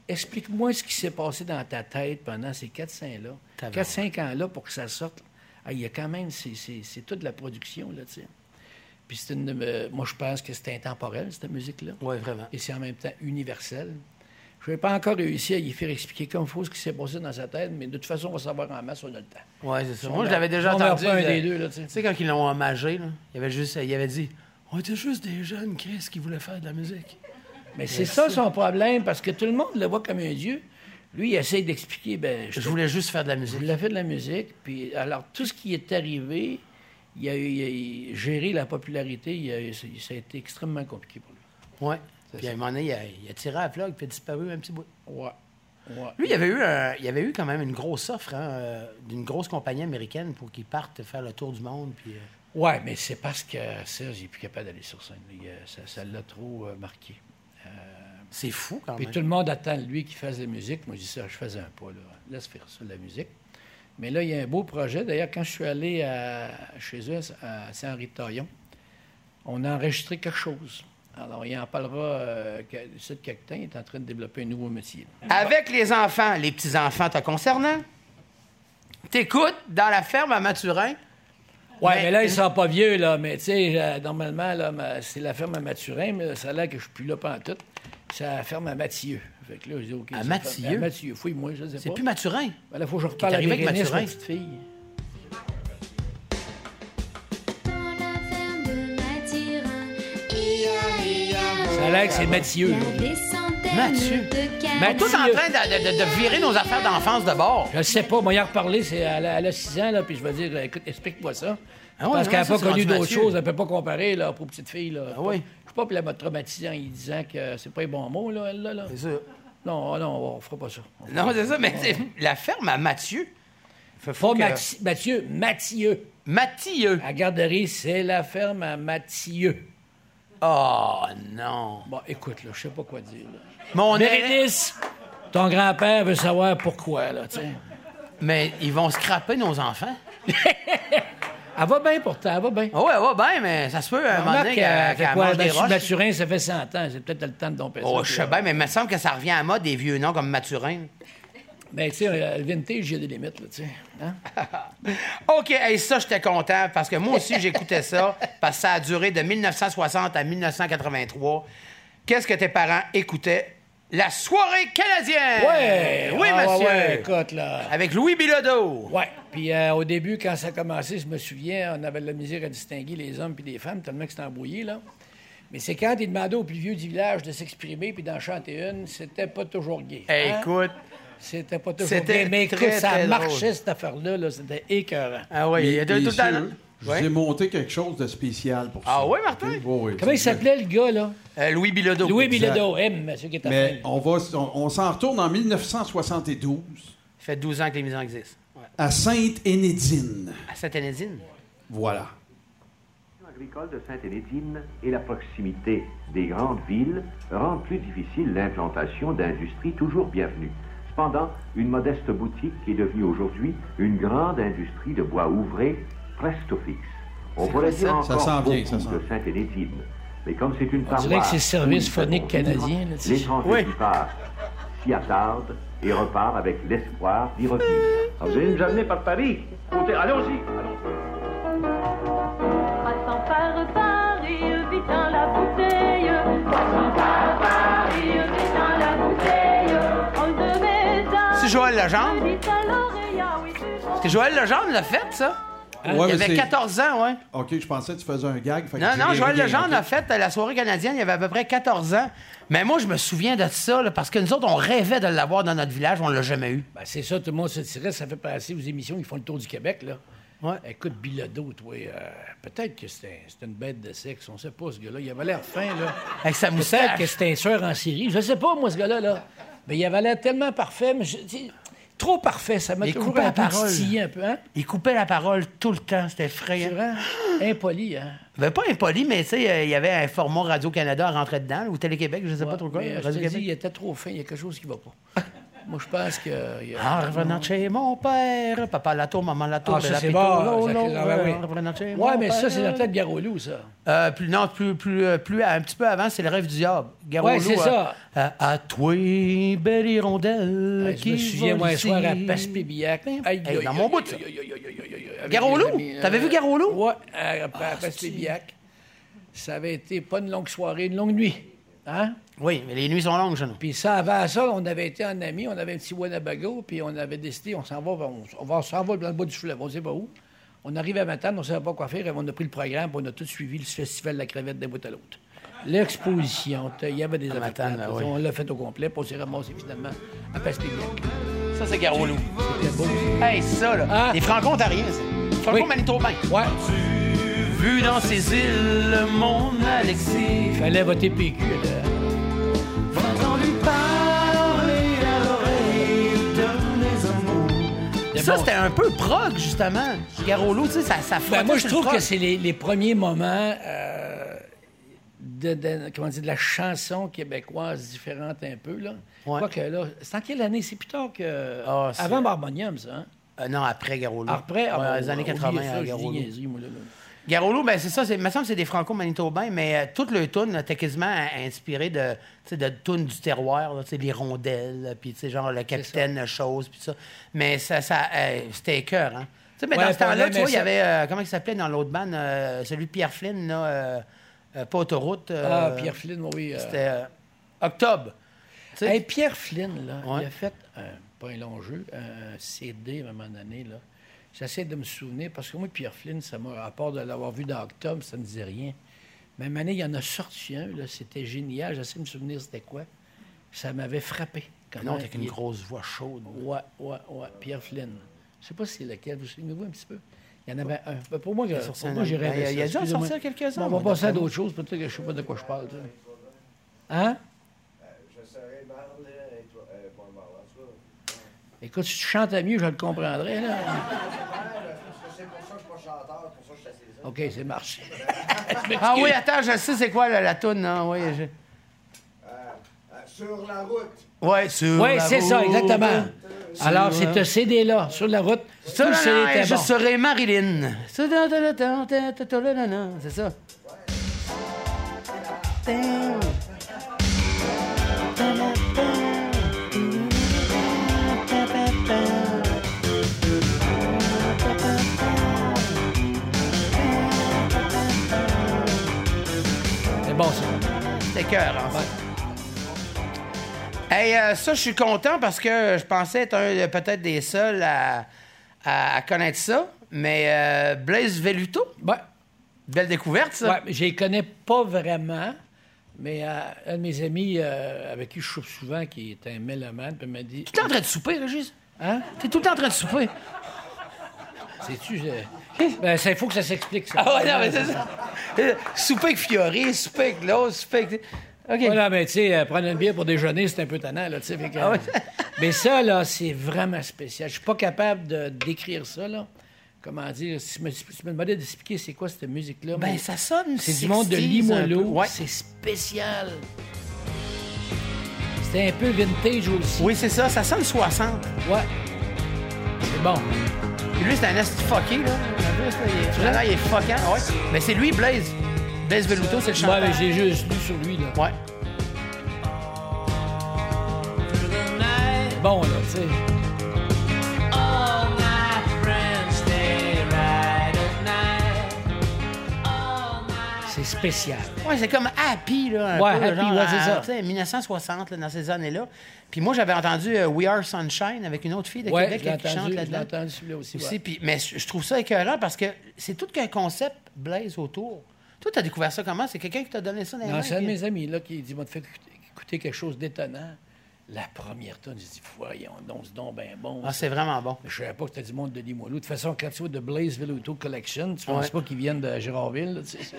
explique-moi ce qui s'est passé dans ta tête pendant ces 4-5 là. Tabarnak. 4-5 ans-là pour que ça sorte. Ah, il y a quand même, c'est- c'est c'est toute la production, là, tu sais. Puis c'est une. de me- moi, je pense que c'est intemporel, cette musique-là. Oui, vraiment. Et c'est en même temps universel. Je n'ai pas encore réussi à y faire expliquer comme il faut ce qui s'est passé dans sa tête, mais de toute façon, on va savoir en masse, on a le temps. Ouais, c'est ça. Si on Moi, je meurt- l'avais déjà on meurt entendu. pas un de- des deux, là, tu sais. tu sais, quand ils l'ont hommagé, là, il avait juste, il avait dit, on était juste des jeunes, Chris, qui voulaient faire de la musique. Mais c'est ça son problème, parce que tout le monde le voit comme un dieu. Lui, il essaie d'expliquer, ben, Je voulais juste faire de la Je musique. voulais faire de la musique, puis alors tout ce qui est arrivé, il a, eu, il a eu- gérer la popularité, il a eu- ça a été extrêmement compliqué pour lui. Ouais. Puis à un moment donné, il a, il a tiré à la plug, puis il a disparu un petit bout. Ouais. Ouais. Lui, il avait eu, un- il avait eu quand même une grosse offre hein, euh, d'une grosse compagnie américaine pour qu'il parte faire le tour du monde. Puis, euh, Ouais, mais c'est parce que Serge n'est plus capable d'aller sur scène. Il, euh, ça ça l'a trop euh, marqué. c'est fou quand Puis même. tout le monde attend de lui qu'il fasse de la musique. Moi, je dis ça, je faisais un pas, là. Laisse faire ça, de la musique. Mais là, il y a un beau projet. D'ailleurs, quand je suis allé à- chez eux, à Saint-Henri-de-Taillon, on a enregistré quelque chose. Alors, il en parlera euh, que- d'ici quelques temps. Il est en train de développer un nouveau métier. Avec les enfants, les petits-enfants te concernant, t'écoutes dans la ferme à Maturin. Ouais, Mais- mais, là, ils sont pas vieux, là. Mais tu sais, euh, normalement, là, ma- c'est la ferme à Mathurin, mais ça a l'air que je suis plus là pendant tout. C'est la ferme à Mathieu. Fait que là, je dis, OK. À c'est Mathieu? ferme- À Mathieu. Fouille-moi, je sais pas. C'est plus Maturin. Ben là, faut que je reparle arrivé avec avec Bérénice, ma Mathurin. petite fille. Dans la ferme de Mathurin, ia, ia, Ça a l'air que c'est Mathieu. il y là. a des centaines Mathieu. de Mais tout canards. en train de, de- de- de virer nos affaires d'enfance de bord. Je sais pas, moi, y en reparler, c'est elle, a- elle a 6 ans, là, puis je vais dire, euh, écoute, explique-moi ça. Ah ouais, Parce ouais, qu'elle n'a ça, pas c'est connu rendu d'autres Mathieu. choses, elle peut pas comparer, là, pour petite fille, là. Ah oui. Je ne pas pour la traumatiser en lui disant que c'est pas un bon mot, là, elle, là. là. C'est ça. Non, ah non, on fera pas ça. On fera Non, c'est ça, mais c'est la ferme à Mathieu. Faut- faut Pas que- Mathi- Mathieu, Mathieu. Mathieu. À garderie, c'est la ferme à Mathieu. Oh Ah. non. Bon, écoute, là, je sais pas quoi dire, là. Mais on est... Bérénice, ton grand-père veut savoir pourquoi, là, tu sais. Mais ils vont scraper nos enfants. Elle va bien pourtant, elle va bien. Ah ouais, ouais, ben, mais ça se peut, à un moment Remarque, donné, euh, qu'elle fait qu'elle quoi, mange des Mathu- roches. Mathurin, ça fait 100 ans. C'est peut-être le temps de domper Oh, ça. euh, je sais bien, mais il me semble que ça revient à la mode des vieux noms comme Maturin. Ben, tu sais, euh, le vintage, il y a des limites, là, tu sais. Hein? OK, hey, ça, j'étais content parce que moi aussi, j'écoutais ça parce que ça a duré de 1960 à 1983. Qu'est-ce que tes parents écoutaient? La soirée canadienne! Euh, Oui, Ah, monsieur! ouais, écoute, là. Avec Louis Bilodeau! Ouais. Puis euh, au début, quand ça a commencé, je me souviens, on avait de la misère à distinguer les hommes puis les femmes, tellement que c'était embrouillé, là. Mais c'est quand ils demandaient aux plus vieux du village de s'exprimer puis d'en chanter une, c'était pas toujours gay. Hey, hein? Écoute, C'était pas toujours C'était gay. Mais écoute, très, ça très marchait, drôle. cette affaire-là, là, c'était écœurant. ah oui, il y a deux- Messieurs, tout le temps. Je Ouais. vous ai monté quelque chose de spécial pour ça. Ah ouais, Martin? Ok? Ouais, ouais. Comment il s'appelait, le gars, là? Euh, Louis Bilodeau. Louis exact. Bilodeau, M, monsieur qui est à Mais peine. on, va, on, on s'en retourne en 1972 Ça fait 12 ans que l'émission existe. Ah, Ouais. à Sainte-Énédine. À Sainte-Anédine. Voilà. La agricole de Sainte-Énédine et la proximité des grandes villes rendent plus difficile l'implantation d'industries toujours bienvenues. Cependant, une modeste boutique est devenue aujourd'hui une grande industrie de bois ouvré presto fixe. On C'est pourrait quoi dire ça? encore Ça sent bien, ça beaucoup sent de Sainte-Énédine, mais comme c'est une paroisse... dirait que c'est le service où nous phonique savons vivre, canadien, là, tu sais. L'étranger Oui. qui part s'y attarde et repart avec l'espoir d'y revenir. Euh. Ah, vous allez nous amener par Paris. Côté- Allons-y, allons-y. Passons par Paris, vite dans la bouteille. Passons par Paris, vite dans la bouteille. On de mes C'est Joël Legendre. C'est Joël Legendre l'a fait, ça? Hein? Ouais, il mais avait c'est- 14 ans, ouais. OK, je pensais que tu faisais un gag. fait que Non, j'ai non, Joël rien, Legendre ok? a fait euh, la soirée canadienne, il avait à peu près 14 ans. Mais moi, je me souviens de ça, là, parce que nous autres, on rêvait de l'avoir dans notre village, on l'a jamais eu. Ben, c'est ça, tout le monde se tirait, ça fait passer aux émissions qui font le tour du Québec, là. Ouais. Écoute, Bilodeau, toi, euh, peut-être que c'était c'était une bête de sexe, on sait pas, ce gars-là. Il avait l'air fin, là. Avec sa Peut-être moustache. que c'était un soeur en Syrie, je sais pas, moi, ce gars-là, là. Mais il avait l'air tellement parfait, mais je- tu sais, trop parfait, ça m'a Il toujours coupait un la peu parole. titillé un peu, hein? Il coupait la parole tout le temps, c'était C'est effrayant. vrai? Impoli, hein? Ben, pas impoli, mais tu sais, euh, il y avait un format Radio-Canada à rentrer dedans, ou Télé-Québec, je sais pas trop quoi. Mais, euh, je te dis, Radio-Québec. il était trop fin, il y a quelque chose qui va pas. moi, je pense que... euh, il y a- En Ah, revenant de chez mon père, papa la tour, maman la tour, Ah, de la ça, c'est pito, bon. lolo, ça, c'est- ah, ben oui. en euh, revenant de chez Ouais, mon mais ça, père. c'est dans la tête de Garolou, ça. Euh, plus, non, plus, plus, euh, plus, un petit peu avant, c'est le rêve du diable. Garolo, Ouais, c'est euh, ça. euh, à toi, belle hirondelle. Ouais, je me qui souviens, vole moi, un ici. soir à Passe-Pébiac. Aïe, Hey, aïe, dans aïe, mon aïe, bout, ça. aïe, aïe, aïe, aïe, aïe, aïe, aïe. Garolou? Avec les amis, T'avais euh, vu Garolou? Ouais, à, à Passe-Pébiac. Ça avait été pas une longue soirée, une longue nuit. Hein? Oui, mais les nuits sont longues, jeune. homme. Puis ça, avant ça, on avait été en ami, on avait un petit Wanabago, puis on avait décidé, on s'en va, on, on va- on s'en va dans le bas du fleuve, on sait pas où. On arrive à Matane, on ne savait pas quoi faire, on a pris le programme, puis on a tout suivi le festival de la crevette d'un bout à l'autre. L'exposition, t- il y avait des affaires Matane, plates, ben oui. On l'a fait au complet, puis on s'est ramassé finalement à Passe-Pébiac. Ça, c'est Garolou. C'était beau. Hey, ça, là. Ah. Les franco-ontariens, ça. Franco-manitobains. Ouais, Vu dans ces îles, mon Alexis. fallait voter PQ. là. Ben, Mais Ça, bon, c'était un peu prog, justement. Garolo, tu sais, ça, ça ben, frottait moi, je sur le trouve prog. que c'est les, les premiers moments euh, de, de- comment dire, de la chanson québécoise différente un peu. Là. Ouais. Quoique, là, c'est en quelle année? C'est plus tard que... Ah, c'est- avant Harmonium, ça. Hein? Euh, non, après Garolo. Après, Ouais, ah, les bon, années hein, oubliez 80, ça, à je dis Garolo. niaiserie, moi, là, là. Garolo, ben c'est ça, c'est, il me semble que c'est des franco-manitobains, mais euh, toutes leurs tunes étaient quasiment euh, inspirées de, tu sais, de tunes du terroir, là, tu sais, les rondelles, puis tu sais, genre le capitaine chose, puis ça. Mais ça, ça euh, c'était cœur, hein. Tu sais, mais Ouais, dans ce puis on temps-là, tu aimait vois, il y ça. avait, euh, comment il s'appelait dans l'autre bande, euh, celui de Pierre Flynn, là, euh, euh, pas autoroute. euh, Ah, Pierre Flynn, oui. euh, C'était euh, Octobre. Tu sais, Hey, Pierre Flynn, là, Ouais. il a fait, un- pas un long jeu, un CD à un moment donné. là. J'essaie de me souvenir, parce que moi, Pierre Flynn, ça m'a, à part de l'avoir vu dans Octobre, ça ne disait rien. Même année, il y en a sorti un, là, c'était génial. J'essaie de me souvenir c'était quoi. Ça m'avait frappé. non, Comment t'as qu'une il- grosse voix chaude. Ouais, ouais, ouais. Pierre Flynn. Je sais pas si c'est lequel. Vous souvenez-vous un petit peu? Il y en avait un. Ben, pour moi, que- sorti pour un moi j'ai autre. rêvé Ben, ça. il y a dû en Excusez-moi. sortir quelques-uns, Bon, on moi, va passer à d'après d'autres choses. Peut-être que je ne sais pas de quoi je parle. tu sais. Hein? Écoute, si tu chantais mieux, je le comprendrais. Là. OK, c'est marché. Ah Ah oui, attends, je sais c'est quoi la, la toune, hein, oui. je- Sur la route. Ouais, sur Oui, la c'est ça, route. exactement. Alors, la- c'est un CD-là, sur la route. Ça, tout le là, CD là, était je bon. serai Marilyn. Ça, da, da, da, da, da, da, da, da, da, C'est ça. C'est bon, ça. C'était cœur, en fait. Hey, euh, ça, je suis content parce que je pensais être un de- peut-être des seuls à, à- à connaître ça. Mais euh, Blaise Velluto, Ouais. belle découverte, ça. Ouais, mais je les connais pas vraiment, mais euh, un de mes amis euh, avec qui je soupe souvent, qui est un mélomane, puis il m'a dit T'es en train de souper, Régis? Hein T'es tout le temps en train de souper. Sais-tu, je- ben, ça, il faut que ça s'explique, ça. Ah ouais, non, mais c'est ça. Euh, souper avec Fiori, souper avec l'autre, souper avec... OK. Ouais, non, mais tu sais, euh, prendre une bière pour déjeuner, c'est un peu tannant, là, tu sais. fait que- euh, Ah ouais. mais ça, là, c'est vraiment spécial. Je suis pas capable de décrire ça, là. Comment dire? Si tu me, si tu me demandais d'expliquer c'est quoi cette musique-là, mais Ben, ça sonne c'est du monde de 60s un Limolo. peu. Ouais. C'est spécial. C'était un peu vintage aussi. Oui, c'est ça. Ça sonne 60. Ouais. C'est bon. Puis lui, c'est un asti fucké, là. Son talent, il est fuckant, ouais. Mais c'est lui, Blaze. Blaze Veluto, c'est le Ouais, chanteur. mais j'ai juste lu sur lui, là. Ouais. Bon, là, tu sais. C'est spécial. Ouais, c'est comme Happy, là. un Ouais, peu, Happy, genre, ouais, c'est à- ça. tu sais, 1960, là, dans ces années-là. Puis moi, j'avais entendu euh, We Are Sunshine avec une autre fille de Ouais, Québec je là, l'ai qui chante entendu, je l'ai là-dedans. entendu celui-là aussi. Aussi, ouais. puis- mais je je trouve ça écœurant parce que c'est tout qu'un concept Blaze autour. Toi, t'as découvert ça comment? C'est quelqu'un qui t'a donné ça dans les mains, Non, c'est un de puis- mes amis là, qui dit M'a fait écouter- écouter quelque chose d'étonnant. La première tonne, j'ai dit Voyons donc, c'est donc bien bon. Ah, ça. c'est vraiment bon. Mais je savais pas que c'était du monde de Limoilou. De toute façon, quand tu vois de Blazeville Auto Collection, tu penses Ouais. pas qu'ils viennent de Gérardville. là, tu sais, c'est-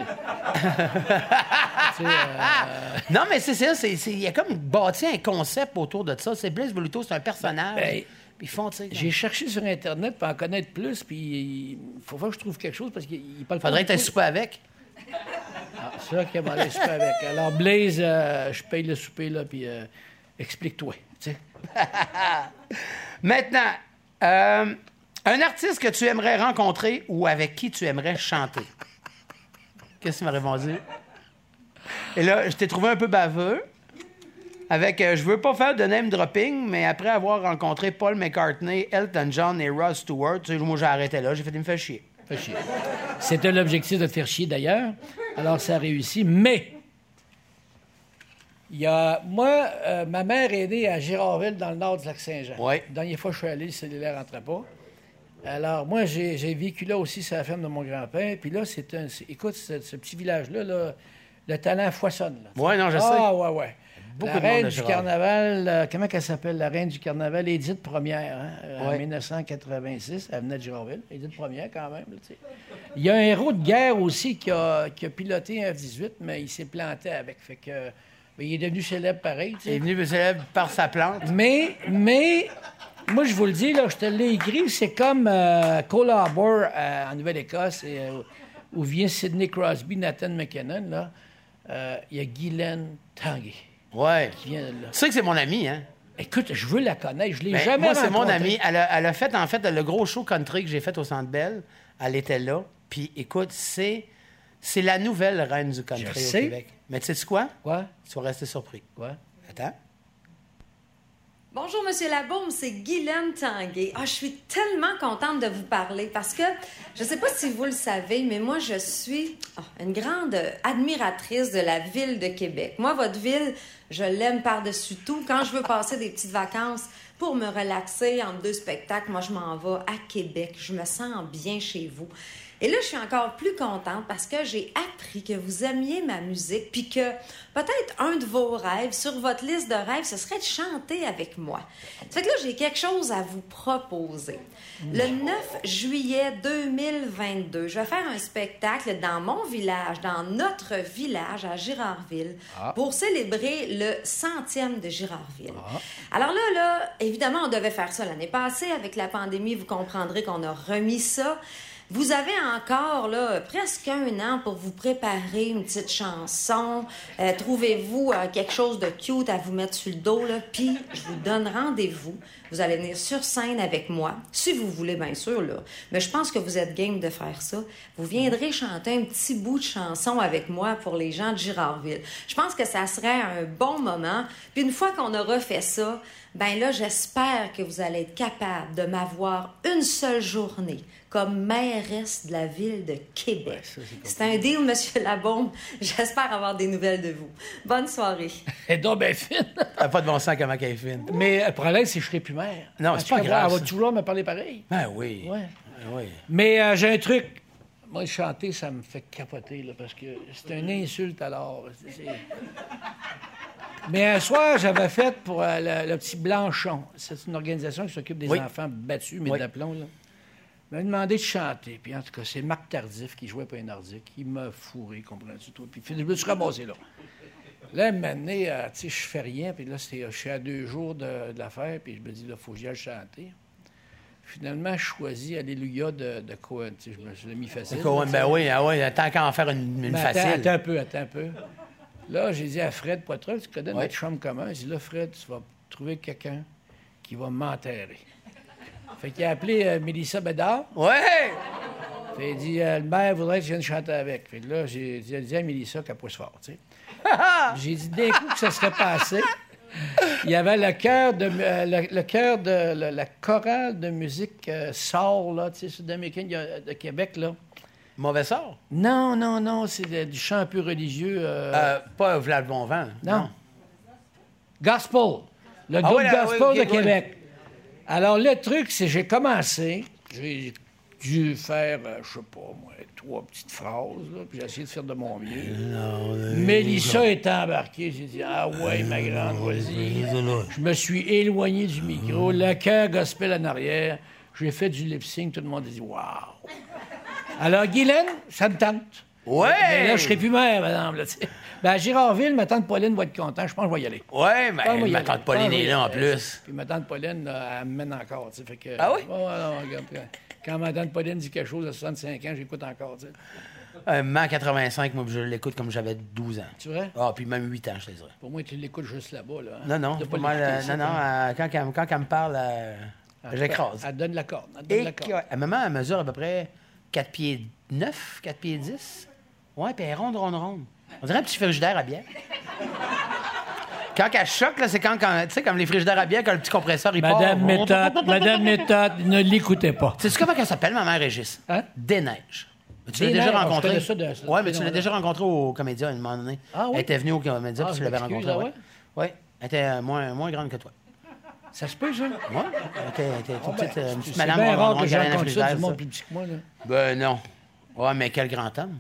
Non, mais c'est ça. c'est- c'est- Il y a comme bâti un concept autour de ça. C'est Blaze Voluto, c'est un personnage. Ben, Puis ils font, tu sais. J'ai cherché sur Internet pour en connaître plus, puis il faut voir que je trouve quelque chose parce qu'il il parle Faudrait que pas tu beaucoup. souper avec. Ah, c'est ça qu'il m'a souper avec. Alors, Blaze, euh, je paye le souper, là, puis euh, explique-toi. tu sais. Maintenant, euh, un artiste que tu aimerais rencontrer ou avec qui tu aimerais chanter. Qu'est-ce que tu m'as répondu? Et là, je t'ai trouvé un peu baveux. Avec, euh, je veux pas faire de name dropping, mais après avoir rencontré Paul McCartney, Elton John et Ross Stewart, tu sais, moi j'ai arrêté là, j'ai fait, il me fait chier. Fais chier. C'était l'objectif de te faire chier d'ailleurs. Alors ça a réussi. Mais il y a moi, euh, ma mère est née à Girardville dans le nord du lac Saint-Jean. Ouais. La dernière fois que je suis allé, le cellulaire rentrait pas. Alors moi, j'ai j'ai vécu là aussi sur la ferme de mon grand-père. Puis là, c'est un, c'est- écoute, ce, ce petit village là, là, le talent foisonne. Là. Ouais, non, je Ah ouais, ouais. Beaucoup la de monde à reine du Girardville. carnaval, euh, comment qu'elle s'appelle, la reine du carnaval, Édith Première, hein, euh, en Ouais. 1986, elle venait de Girardville, Édith Première quand même. là, tu sais. Il y a un héros de guerre aussi qui a, qui a piloté un F-18, mais il s'est planté avec, fait que, euh, ben, il est devenu célèbre pareil. tu Il est sais. venu me célèbre par sa plante. Mais, mais, moi je vous le dis, là, je te l'ai écrit, c'est comme euh, Cole Harbour euh, en Nouvelle-Écosse, et, euh, où vient Sidney Crosby, Nathan McKinnon, là. Euh, il y a Guylaine Tanguay Ouais. qui vient de là. Tu sais que c'est mon ami, hein? Écoute, je veux la connaître. Je l'ai Ben, jamais moi, c'est mon rencontrée. amie. Elle a, elle a fait, en fait, le gros show country que j'ai fait au Centre Bell. Elle était là. Puis, écoute, c'est, c'est la nouvelle reine du country Je au sais. Québec. Mais tu sais quoi? Quoi? Tu vas rester surpris. Quoi? Attends. Bonjour, Monsieur Labaume, c'est Guylaine Tanguay. Ah, je suis tellement contente de vous parler parce que je ne sais pas si vous le savez, mais moi, je suis ah, une grande euh, admiratrice de la ville de Québec. Moi, votre ville, je l'aime par-dessus tout. Quand je veux passer des petites vacances pour me relaxer entre deux spectacles, moi, je m'en vais à Québec. Je me sens bien chez vous. Et là, je suis encore plus contente parce que j'ai appris que vous aimiez ma musique, puis que peut-être un de vos rêves sur votre liste de rêves, ce serait de chanter avec moi. Ça fait que là, j'ai quelque chose à vous proposer. Le 9 juillet 2022, je vais faire un spectacle dans mon village, dans notre village à Girardville, pour célébrer le centième de Girardville. Alors là, là, évidemment, on devait faire ça l'année passée. Avec la pandémie, vous comprendrez qu'on a remis ça. Vous avez encore là, presque un an pour vous préparer une petite chanson. Euh, Trouvez-vous euh, quelque chose de cute à vous mettre sur le dos, là, puis je vous donne rendez-vous. Vous allez venir sur scène avec moi, si vous voulez, bien sûr. Là. Mais je pense que vous êtes game de faire ça. Vous viendrez chanter un petit bout de chanson avec moi pour les gens de Girardville. Je pense que ça serait un bon moment. Puis une fois qu'on aura fait ça, ben là, j'espère que vous allez être capable de m'avoir une seule journée comme mairesse de la ville de Québec. C'est un deal, Monsieur Labombe. J'espère avoir des nouvelles de vous. Bonne soirée. Et donc, ben, fine. Elle a pas de bon sens comment qu'elle est fine. Mais le problème, c'est que je serai plus mère. Non, Parce c'est pas que grave, Elle va ça. toujours me parler pareil. Ben oui. Ouais. Ben oui. Mais euh, j'ai un truc. Moi, chanter, ça me fait capoter, là, parce que c'est une insulte alors. C'est- c'est- Mais un soir, j'avais fait pour euh, le, le petit Blanchon. C'est une organisation qui s'occupe des Oui. enfants battus, mais Oui. d'aplomb, là. Il m'a demandé de chanter. Puis en tout cas, c'est Marc Tardif qui jouait pas un nordique. Il m'a fourré, comprends-tu tout. Puis je me suis ramassé là. Là, maintenant, euh, tu sais, je fais rien. Puis là, c'est- je suis à deux jours de, de l'affaire. Puis je me dis, là, faut que j'y aille chanter. Finalement, je choisis Alléluia de, de Cohen. Tu sais, je me suis mis facile. C'est quoi, là, tu sais. ben oui, ah oui, tant qu'à en faire une, une Mais Ben, attends, facile. attends un peu, attends un peu. Là, j'ai dit à Fred Poitras, tu connais Ouais. notre chambre commune. J'ai dit, là, Fred, tu vas trouver quelqu'un qui va m'enterrer. Fait qu'il a appelé euh, Mélissa Bédard. Ouais! Fait il dit, euh, le maire voudrait que je vienne chanter avec. Fait que là, j'ai dit, elle dit à Mélissa qu'elle pousse fort, tu sais. j'ai dit d'un coup que ça serait passé. Il y avait le cœur de, euh, le, le chœur de le- la chorale de musique euh, sort, là, tu sais, sud-américaine il y a- de Québec, là. Mauvais sort? Non, non, non, c'est de- du chant un peu religieux. euh, Euh, pas Vlad Bon Vent. non. Gospel. Le Ah groupe oui, ah oui, Gospel ok, de oui. Québec. Alors, le truc, c'est j'ai commencé, j'ai dû faire, euh, je sais pas moi, trois petites phrases, là, puis j'ai essayé de faire de mon mieux. Mélissa est embarquée, j'ai dit « Ah ouais, ma grande, vas-y ». Je me suis éloigné du Mm. micro, le cœur gospel en arrière, j'ai fait du lip-sync, tout le monde a dit « Wow ». Alors, Guylaine, ça me tente. Ouais! Mais là, je serai plus mère, madame. Là, tu sais. ben, à Girardville, ma tante Pauline va être contente. Je pense que je vais y aller. Ouais, Je pense que mais je vais Ben, y ma aller. tante Pauline Je pense est que là en je vais y aller. plus. Puis ma tante Pauline, là, elle me mène encore. tu sais, Fait que, Ah oui? Ouais, ouais, non, regarde, quand- quand ma tante Pauline dit quelque chose à 65 ans, j'écoute encore. tu sais. Euh, m'en 85, moi, je l'écoute comme j'avais 12 ans. Tu vois? Ah, puis même 8 ans, je te dirais. Pour moi, tu l'écoutes juste là-bas. Là, hein. Non, non, De pas mal, l'écouter euh, ici, non, non, hein. euh, quand, elle- quand elle me parle, euh, Elle- j'écrase. Elle donne la corde. Ah, Elle donne Et la que, corde. à maman, elle mesure à peu près 4 pieds 9, 4 pieds 10. Ouais, puis elle est ronde, ronde, ronde. On dirait un petit frigidaire à bière. quand elle choque, là, c'est quand, quand tu sais, comme les frigidaires à bière, quand le petit compresseur, il Madame part. Méthode, Madame Méthode, ne l'écoutez pas. Sais-tu comment elle s'appelle, ma mère Régis? Hein? Déneige. Tu l'as Desneiges, déjà oh, je rencontrée? connais ça de- ça de- ouais, mais tu non, l'as non. déjà rencontrée au Comédia à un moment donné. Ah oui? Elle était venue au Comédia, Ah, puis tu je l'avais m'excuse, rencontrée. ah ouais. Ouais. Elle était euh, moins, moins grande que toi. Ça se peut, ça? Moi? Elle était, elle était toute Ah, ben, petite, euh, une c'est petite madame bien ronde, rare ronde que qui je avait un rencontre ça frigidaire, du ça. monde plus petit que moi. Là. Ben non. Ouais, mais quel grand homme.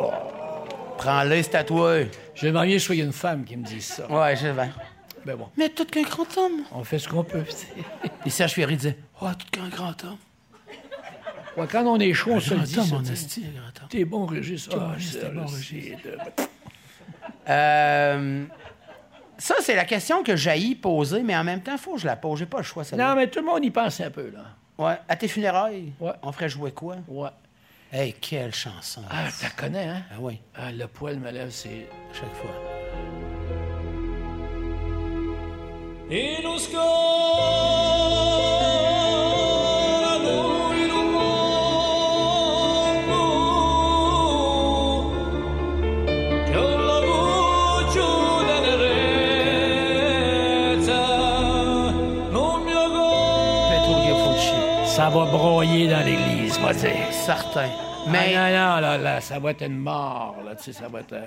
Oh. Prends-le, c'est à toi. J'aimerais mieux que ce soit une femme qui me dise ça. Ouais, je vais. Ben bon, Mais tout qu'un grand homme. on fait ce qu'on peut. tu sais. Et Serge Fiori disait Oh, tout qu'un grand homme. Ouais, quand on est chaud, on se le dit. Grand homme, ça, Ah, mon tu sais. esti, un grand homme. T'es bon, Régis. Ah, Régis, c'est t'es bon, le- Régis. c'est de- euh, Ça, c'est la question que j'ai poser, mais en même temps, faut que je la pose. J'ai pas le choix, Non, celle-là. mais tout le monde y pense un peu, là. Ouais. À tes funérailles, Ouais. on ferait jouer quoi? Ouais. Hey, quelle chanson. Ah, Ah, tu la connais, hein? oui, Ah, le poil me lève, c'est. à chaque fois. Petro Gafucci. Ça va broyer dans l'église, moi, tu sais. Certain. Mais... Mais, non, non, là, là, ça va être une mort, là, tu sais, ça va être. euh,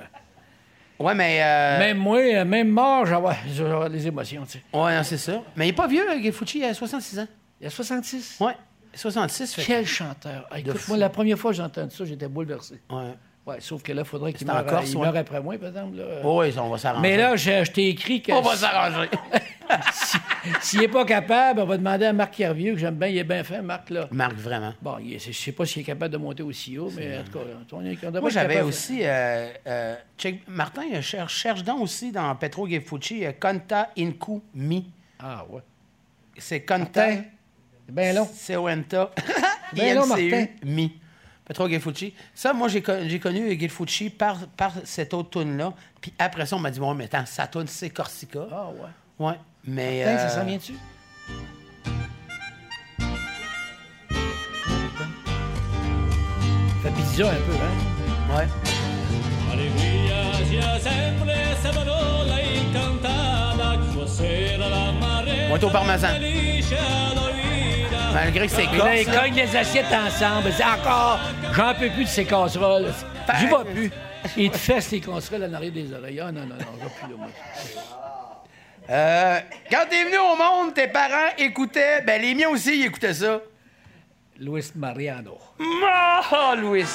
ouais, mais. euh, Même moi, euh, même mort, j'aurai j'aurai des émotions, tu sais. Ouais, non, c'est sûr. Mais il est pas vieux, Gafucci, il a 66 ans. Il y a 66. Ouais, 66. Fait. Quel chanteur. Ah, écoute, fou. moi, la première fois que j'ai entendu ça, j'étais bouleversé. Ouais. Ouais, sauf que là, faudrait qu'il C'est en meure, Corse, il ouais. meure après moi, par exemple. là. Oh, oui, on va s'arranger. Mais là, je, je t'ai écrit que on va s'arranger. si- s'il n'est pas capable, on va demander à Marc Hervieux, que j'aime bien, il est bien fait, Marc, là. Marc, vraiment. Bon, il est- je ne sais pas s'il est capable de monter aussi haut, mais en tout cas, on est, on devrait Moi, être j'avais capable. aussi. euh, euh, check- Martin, euh, cherche, cherche donc aussi dans Petro Gafucci, euh, Conta Incu Mi. Ah, ouais. C'est Conta. C'est bien long. Sewenta. Ben non, Martin. INCU-MI. Petro Guilfucci. Ça, moi, j'ai con- j'ai connu Guilfucci par, par cette autre tune-là. Puis après ça, on m'a dit, bon, mais attends, sa tune, c'est Corsica. Ah, ouais. Ouais, mais... Putain, ça euh, s'en vient-tu? Ça bizarre un peu, hein? Ouais. Moito parmesan. Malgré que c'est Puis là, corse, ils là. cognent les assiettes ensemble. C'est encore, j'en peux plus de ces casseroles. J'y vais plus. Ils te fessent les casseroles en arrière des oreilles. Ah non, non, non, je vais plus là, moi. Euh, quand t'es venu au monde, tes parents écoutaient... Ben, les miens aussi, ils écoutaient ça. Luis Mariano. Ah, Louis!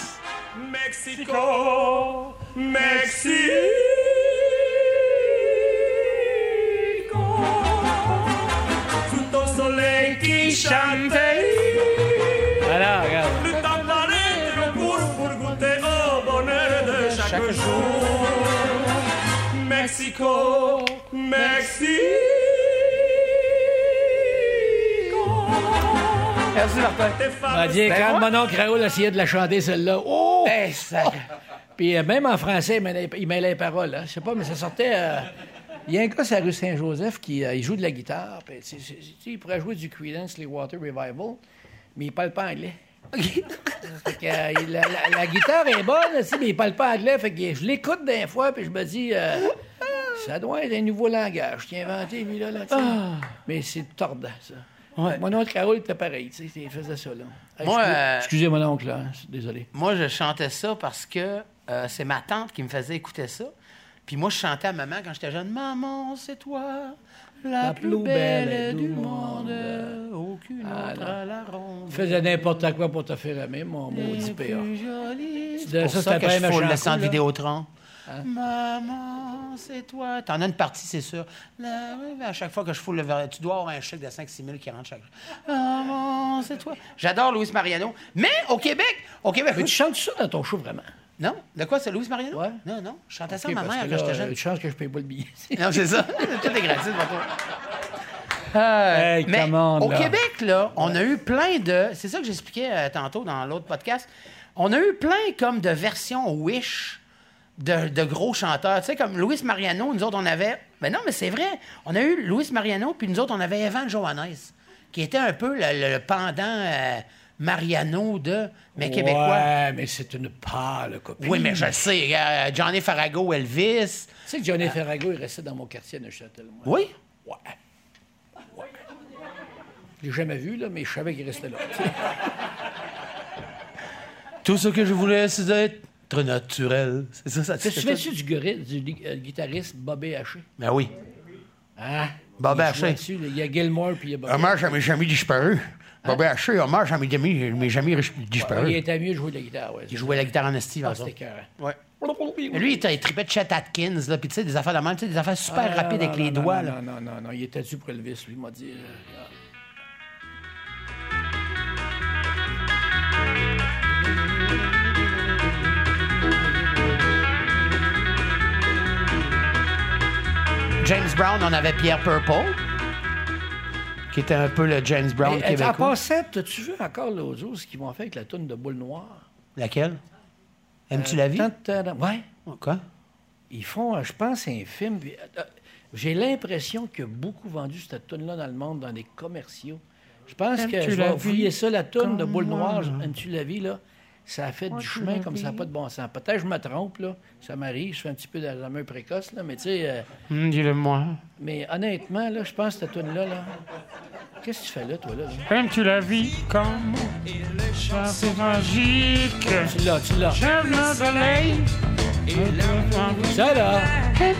Voilà, regarde. Merci, Martin. Ah, dis, Ben, quand moi- mon oncle Raoul essayait de la chanter, celle-là, oh! Ben, ça... Puis euh, même en français, il mêlait, il mêlait les paroles. hein. Je sais pas, mais ça sortait. euh, Il y a un gars sur la rue Saint-Joseph qui euh, il joue de la guitare. puis c'est- c'est- c'est- il pourrait jouer du Creedence, les Water Revival, mais il parle pas anglais. Fait que, euh, il- la, la- la guitare est bonne, aussi, mais il parle pas anglais. Fait que je l'écoute des fois, puis je me dis, euh, ça doit être un nouveau langage qui a inventé, lui, là. là tu sais. Mais c'est tordant, ça. Ouais. Mon oncle Raoul était pareil, tu sais, il faisait ça, là. Hey, Moi, excusez, euh, excusez mon oncle, là, hein, désolé. Moi, je chantais ça parce que euh, c'est ma tante qui me faisait écouter ça. Puis moi, je chantais à maman quand j'étais jeune. Maman, c'est toi la, plus, belle, du monde. Aucune autre à la ronde. faisais n'importe quoi pour te faire aimer, mon maudit Plus PA. jolie. Ça, C'est pour ça, c'était que pas je un méchant foule le coup, centre là. Hein? Vidéotron. Maman, c'est toi. T'en as une partie, c'est sûr. Là, oui, mais à chaque fois que je foule le verre, tu dois avoir un chèque de 5-6 000 qui rentre chaque jour. Maman, c'est toi. J'adore Louis Mariano. Mais au Québec, au Québec, Mais tu chantes ça dans ton show, vraiment? Non? De quoi, c'est Louis Mariano? Ouais. Non, non. Je chantais ça Ok, à ma parce mère que quand j'étais là, jeune. Une chance que je paye pas le billet. Non, c'est ça. Tout est gratuit pour toi. Euh, Hey, mais come on, au là. Québec, là, on a eu plein de. C'est ça que j'expliquais euh, tantôt dans l'autre podcast. On a eu plein comme de versions Wish de, de gros chanteurs. Tu sais, comme Luis Mariano, nous autres, on avait. Mais non, mais c'est vrai. On a eu Luis Mariano, puis nous autres, on avait Evan Johannes, qui était un peu le, le pendant euh, Mariano de. Mais québécois. Ouais, mais c'est une pâle copie. Oui, mais je le sais. euh, Johnny Farago, Elvis. Tu sais que Ah. Johnny Ferrago, il restait dans mon quartier à Neuchâtel. moi. Oui? Ouais. Ouais. Je l'ai jamais vu, là, mais je savais qu'il restait là. Tout ce que je voulais, c'est d'être très naturel. C'est ça, ça Tu te souviens-tu du, gorille- du gu- euh, guitariste Bobby Haché? Ben oui. Hein? Bobby Il jouait Haché. dessus, là. Il y a Gilmore, puis il y a Bobby Hommage à mes amis disparus. Bobby Haché, hommage à mes amis, mes amis ris- Haché. Il disparus. était mieux de jouer de la guitare, ouais. ben Il jouait la guitare en estive, Ah, par c'était exemple. écœurant. Ouais. Mais Lui, il était- il tripait de Chet Atkins, là, puis tu sais, des affaires de même, tu sais, des affaires super Ah, rapides non, avec non, les non, doigts, non, là. Non, non, non, non, il était dû pour Elvis, lui, il m'a dit. euh, James Brown, on avait Pierre Purple, qui était un peu le James Brown Mais, En québécois. passant, as-tu vu encore l'autre jour ce qu'ils vont faire avec la toune de boule noire? Laquelle? Aimes-tu la vie? Tant, tant, tant. Ouais. Quoi? Ils font, euh, je pense, un film. puis, euh, euh, J'ai l'impression qu'il a beaucoup vendu cette toune-là dans le monde, dans les commerciaux. Je pense que je vais fouiller ça, la toune de boule noire, tu la vie, là. Ça a fait du chemin comme ça, n'a pas de bon sens. Peut-être que je me trompe, là. Ça m'arrive, je fais un petit peu d'Alzheimer précoce, là, mais tu sais. euh, Hum, Dis-le-moi. mais honnêtement, là, je pense que cette toune-là, là. Qu'est-ce que tu fais là, toi, là? là? Aimes-tu la vie comme ça c'est magique Tu l'as, tu l'as. J'aime le soleil Ça, là. J'aime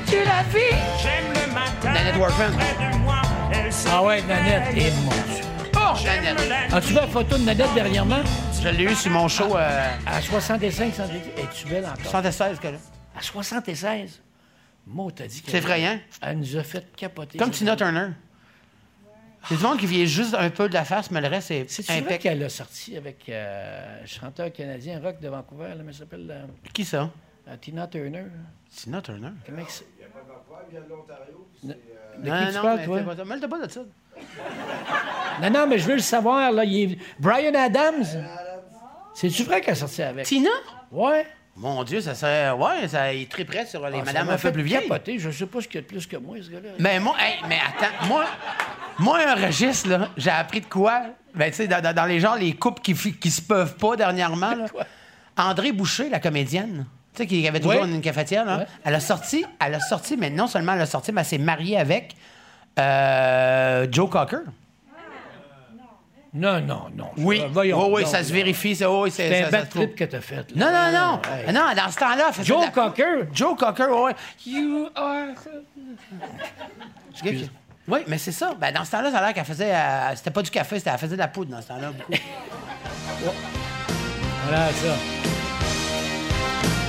le matin Nanette Workman. près de moi, elle se Ah ouais, Nanette. réveille. Et mon Dieu. Oh, J'aime Nanette. la As-tu vu la photo de Nanette dernièrement? Je l'ai eu sur mon show euh, À 65, 70. Es-tu belle encore? 116, que là. À 76. Moi, t'as dit que. C'est effrayant. Elle nous a fait capoter. Comme Tina Turner. C'est du monde qui vient juste un peu de la face, mais le reste, c'est C'est vrai impeccable. qu'elle a sorti avec euh, un chanteur canadien rock de Vancouver, là, mais ça s'appelle euh, Qui ça? euh, Tina Turner. là. Tina Turner. Comment que c'est? Non, De qui tu non, parles, mais toi? c'est pas ça. Mais elle t'a pas de ça. Non, non, mais je veux le savoir. Là, il est- Brian Adams. C'est-tu vrai qu'elle sortait avec? Tina? Ouais. Mon Dieu, ça serait. Ouais, ça il est très près sur les Ah, ça madames m'a un peu fait plus vieilles. capoter. Je sais pas ce qu'il y a de plus que moi, ce gars-là. Mais moi, hey, mais attends, moi, moi, un registre, là, j'ai appris de quoi? Ben, tu sais, dans, dans- dans les genres, les couples qui, fi- qui se peuvent pas dernièrement, là. Quoi? André Boucher, la comédienne, tu sais, qui avait toujours Oui. une cafetière, là, Ouais. elle a sorti, elle a sorti, mais non seulement elle a sorti, mais elle s'est mariée avec euh, Joe Cocker. Non, non, non. Oui, Euh, oui, voyons oui, donc, ça se là. vérifie, ça, oui, c'est ça- C'est un ça bad se trouve. trip que t'as fait. là. Non, non, non. Hey. Non, dans ce temps-là, elle faisait Joe de la- Cocker? Joe Cocker, oui. You are... Excuse. Oui, mais c'est ça. Ben, dans ce temps-là, ça a l'air qu'elle faisait. euh, c'était pas du café, c'était, elle faisait de la poudre dans ce temps-là. beaucoup. Voilà, ça.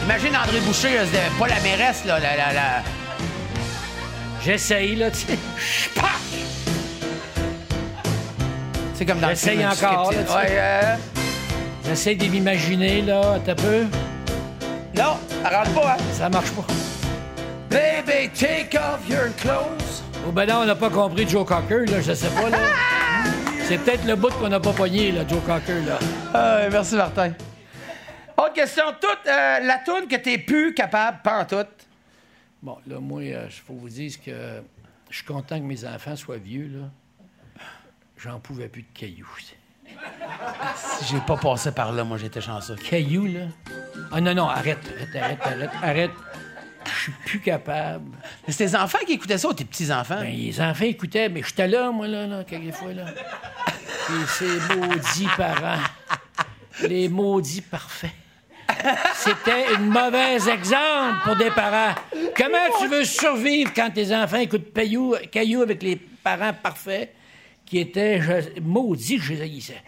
Imagine André Boucher, là, c'était pas la mairesse, là. La, la, la... J'essaye, là, tu sais. Pac! C'est comme dans J'essaye film, un petit encore, script, là, tu ouais, euh, J'essaie de m'imaginer, là, t'as peu. Non, arrête pas, hein. Ça marche pas. Baby, take off your clothes. Oh, ben non, on n'a pas compris Joe Cocker, là, je sais pas, là. C'est peut-être le bout qu'on n'a pas pogné, là, Joe Cocker, là. Euh, merci, Martin. Autre question. Toute euh, la toune que t'es plus capable, pas en tout. Bon, là, moi, il faut vous dire que je suis content que mes enfants soient vieux, là. J'en pouvais plus de cailloux. Si j'ai pas passé par là, moi, j'étais chanceux. Cailloux, là? Ah non, non, arrête, arrête, arrête, arrête, arrête. Je suis plus capable. Mais c'est tes enfants qui écoutaient ça ou tes petits-enfants? Ben, les enfants écoutaient, mais j'étais là, moi, là, là, quelques fois, là. Et ces maudits parents, les maudits parfaits. C'était une mauvaise exemple pour des parents. Comment tu veux survivre quand tes enfants écoutent Payou, Caillou avec les parents parfaits qui étaient je- maudits que je les haïssais?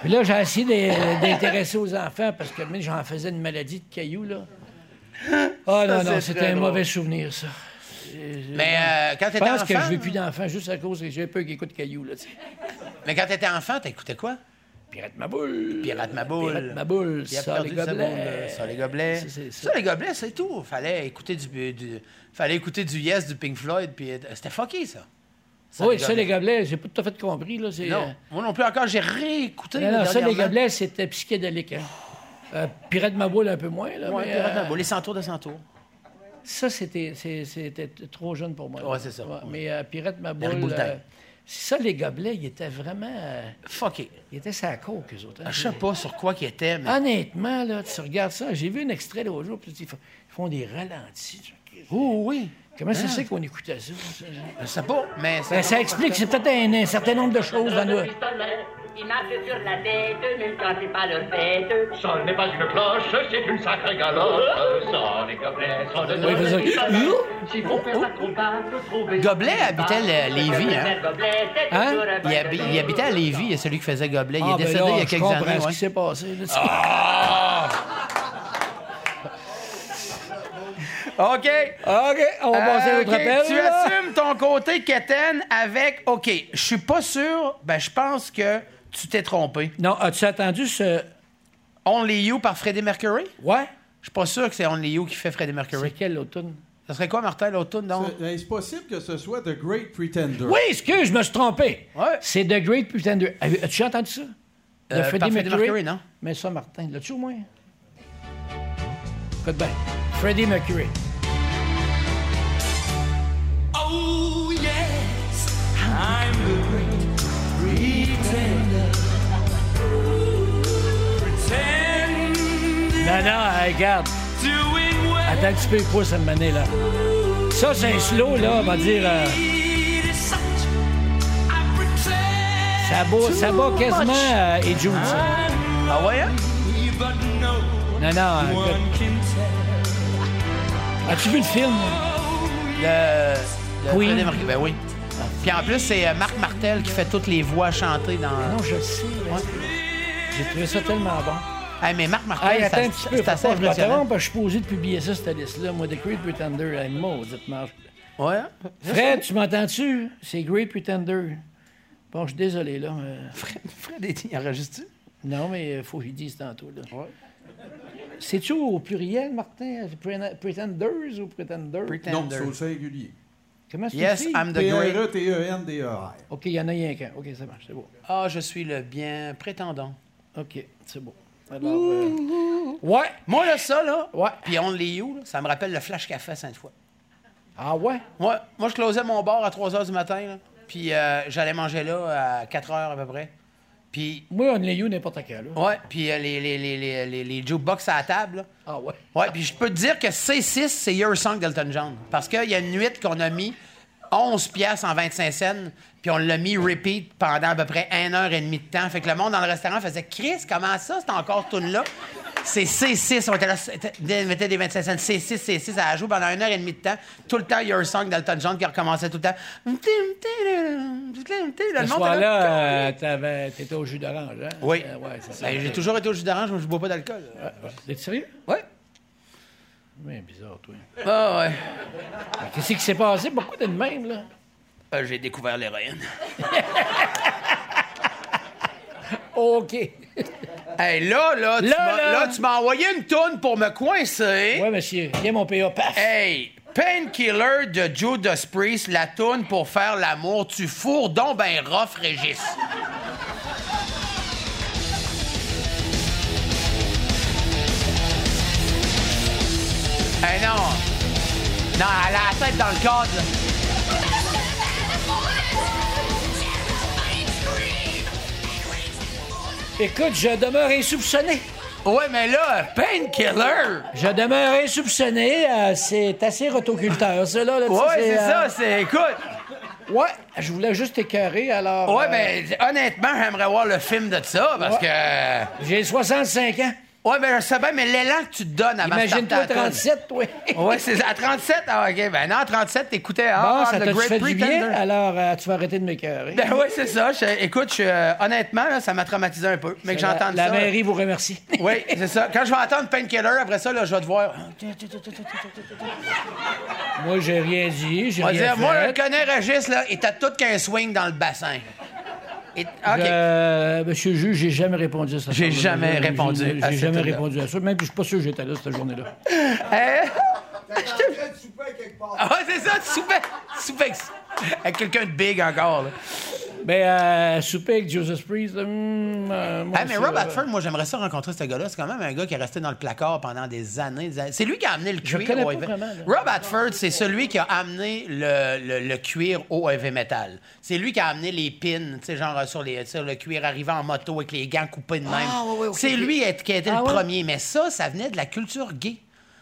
Puis là, j'ai essayé d'in- d'intéresser aux enfants parce que mais j'en faisais une maladie de Caillou, là. Ah non, non, c'est c'était très un drôle. mauvais souvenir, ça. Mais euh, quand Je t'étais pense que enfant, je veux plus d'enfants juste à cause que j'ai peur qu'ils écoutent Caillou, là, tu sais. mais quand t'étais enfant, t'écoutais quoi? Pirate ma boule. Pirate ma boule. Pirate ma boule. Puis a Ça, les perdu sa boule, gobelets. là. Ça, les gobelets. C'est- c'est- Ça, les gobelets, c'est tout. Fallait écouter du, du- fallait écouter du Yes, du Pink Floyd, puis euh, c'était fucké, ça. Oui, ça, les gobelets, j'ai pas tout à fait compris, là. c'est, euh, Non, moi non plus encore, j'ai réécouté. Non, non, ça, les dernièrement. gobelets, c'était psychédélique. hein. Euh, Pirate ma boule, un peu moins, là. Ouais, mais, Pirate euh, ma boule, les centaures de centaures. Ça, c'était c'est- c'était t- trop jeune pour moi. là. Ouais, c'est ça, ouais. Mais euh, Pirate ma Larry boule. Boultin. euh, ça, les gobelets, ils étaient vraiment. euh, Fucké. ils étaient sa coque, eux autres. hein. Ah, Je sais pas sur quoi qu'ils étaient, Ah. mais. Honnêtement, là, tu regardes ça. J'ai vu un extrait l'autre jour, puis ils font, ils font des ralentis. Oh oui. Comment ça c'est qu'on écoutait ça? ça? Je sais pas, mais Ben, ça explique, c'est peut-être un, un certain nombre de choses dans le... Il marche sur la tête, même quand c'est pas leur fête. Ça n'est pas une cloche, c'est une sacrée galope. Ça, les gobelets, ça Oui, il faisait- Si vous faites la combattre, trouvez... Gobelet habitait le- Lévis, hein? Hein? Il, habi- il habitait à Lévis, et celui qui faisait gobelet. Il Ah, est ben décédé là, il y a je quelques comprends années. ce ouais. Ah. qui s'est passé. là. OK. Ah, OK, on va passer à Euh, notre ok, appel. Tu là. assumes ton côté quétaine avec OK, je suis pas sûr, ben je pense que tu t'es trompé. Non, as-tu attendu ce... Only You par Freddie Mercury Ouais? Je suis pas sûr que c'est Only You qui fait Freddie C'est Mercury. quel automne? Ça serait quoi Martin l'automne donc C'est est-ce possible que ce soit The Great Pretender? Oui, excuse, je me suis trompé. Ouais. C'est The Great Pretender. As- As-tu entendu ça? De Euh, par Freddie Mercury, non? Mais ça, Martin, l'as-tu au moins? Écoute bien. Freddie Mercury. Oh yes, I'm the great pretender. Pretending Non, non, hey, regarde. doing well. Attends un petit peu, il pousse à me mener, là. Ça, c'est un slow, là, on va dire... euh, It is such I pretend, Ça bat, ça bat quasiment euh, et June, ça. Ah ouais hein? but no Non, non. euh, one can tell. As-tu vu le film? Le, le Oui. Freddie Mercury, ben oui. Puis en plus, c'est euh, Marc Martel qui fait toutes les voix chantées dans Non, je le sais. là. J'ai trouvé ça tellement bon. Ah mais Marc Martel, Hey, ça- attends un petit peu. c'est faut assez pas que je me impressionnant. trompe, parce que je suis posé de publier ça, cette liste-là. Moi, The Great Pretender, hey, maudite marche. Ouais. hein? Fred, tu m'entends-tu? C'est Great Pretender. Bon, je suis désolé, là. mais- Fred, Fred, il enregistre-tu Non, mais il faut que je dise tantôt, là. C'est-tu au pluriel, Martin? Pretenders ou Pretender? Non, c'est Pretender. au singulier. Comment c'est euh, Yes, une fille? I'm the great. P-R-E-T-E-N-D-E-R. OK, il y en a rien qu'un. OK, ça marche, c'est beau. Ah, je suis le bien prétendant. OK, c'est beau. Alors, euh, Ouais, Moi, là, ça, là, ouais. puis Only You, là, ça me rappelle le Flash Café Sainte-Foy. Ah ouais? Moi, moi, je closais mon bar à 3 h du matin, là, puis euh, j'allais manger là à 4 h à peu près. Puis, Moi, on les you n'importe quand, là. ouais, puis euh, les, les, les, les, les, les jukebox à la table, là. Ah ouais? Ouais, puis je peux te dire que C6, c'est Your Song d'Elton John. Parce qu'il y a une nuit qu'on a mis 11 piastres en 25 scènes, puis on l'a mis repeat pendant à peu près 1 heure et demie de temps. Fait que le monde dans le restaurant faisait Chris, comment ça, c'est encore tout là? C'est C6, on était là, c'était- on mettait des 25 scènes. C6, C6, ça a joué pendant une heure et demie de temps. Tout le temps, Your Song d'Elton John qui recommençait tout le temps. Ce Le monde était là. soir-là, euh, t'avais- t'étais au jus d'orange, hein? Oui. Euh, ouais, c'est ça. Ben, j'ai toujours été au jus d'orange, mais je bois pas d'alcool. T'es sérieux? Ouais. Bien bizarre, toi. Ah ouais. Mais Qu'est-ce qui s'est passé? Pourquoi t'es de même, là? Euh, j'ai découvert l'héroïne. OK. Hey, là, là, tu Là, m'as- là. là, tu m'as envoyé une toune pour me coincer. Ouais, monsieur. Viens, mon PA, paf! Hey, Painkiller de Joe Duspriest, la toune pour faire l'amour. Tu fourres donc ben rough, Régis. hey, non. Non, elle a la tête dans le cadre. là. Eh. Écoute, je demeure insoupçonné. Ouais, mais là, Painkiller. Je demeure insoupçonné. euh, c'est assez rotoculteur, ça, là. là, tu Ouais, sais, c'est euh, ça, c'est. Écoute. Ouais, je voulais juste t'écœurer, alors... Ouais, euh, ben, honnêtement, j'aimerais voir le film de ça parce Ouais. que. J'ai 65 ans. Ouais, ben, je sais bien, mais l'élan que tu te donnes avant Imagine-toi de starter la toune. 37, toi. Ouais, c'est à 37. Ah, OK. Ben non, à 37, t'écoutais Bon, ah, ça The t'a Great fait du bien, Pretender. alors euh, tu vas arrêter de m'écœurer. Ben oui, c'est ça. Je- écoute, je suis, euh, honnêtement, là, ça m'a traumatisé un peu. Mais que La- j'entende La ça. mairie vous remercie. Oui, c'est ça. Quand je vais entendre Painkiller, après ça, là, je vais te voir. Moi, j'ai rien dit, j'ai On va rien dire, fait. moi, je le connais Régis, là, et t'as tout qu'un swing dans le bassin. Et- OK. Euh, monsieur le juge, j'ai jamais répondu à ça. J'ai jamais répondu J'ai à j'ai cette jamais là. répondu à ça. Même je suis pas sûr que j'étais là cette journée-là. Hey. Tu soupais quelque part. Hein? Ah, c'est ça, tu soupais. Tu soupais avec, avec quelqu'un de big encore. Là. Mais euh, souper avec Joseph Priest, hum, euh, moi Ah, mais aussi, Rob euh, Atford, moi, j'aimerais ça rencontrer ce gars-là. C'est quand même un gars qui est resté dans le placard pendant des années. des années. C'est lui qui a amené le Je cuir connais au pas heavy. vraiment, là. Rob Atford, c'est celui qui a amené le, le- le cuir au heavy metal. C'est lui qui a amené les pins, tu sais, genre euh, sur, les, sur le cuir arrivant en moto avec les gants coupés de même. Ah, ouais, ouais, ok, c'est ok. lui être- qui a été Ah, le ouais? premier. Mais ça, ça venait de la culture gay.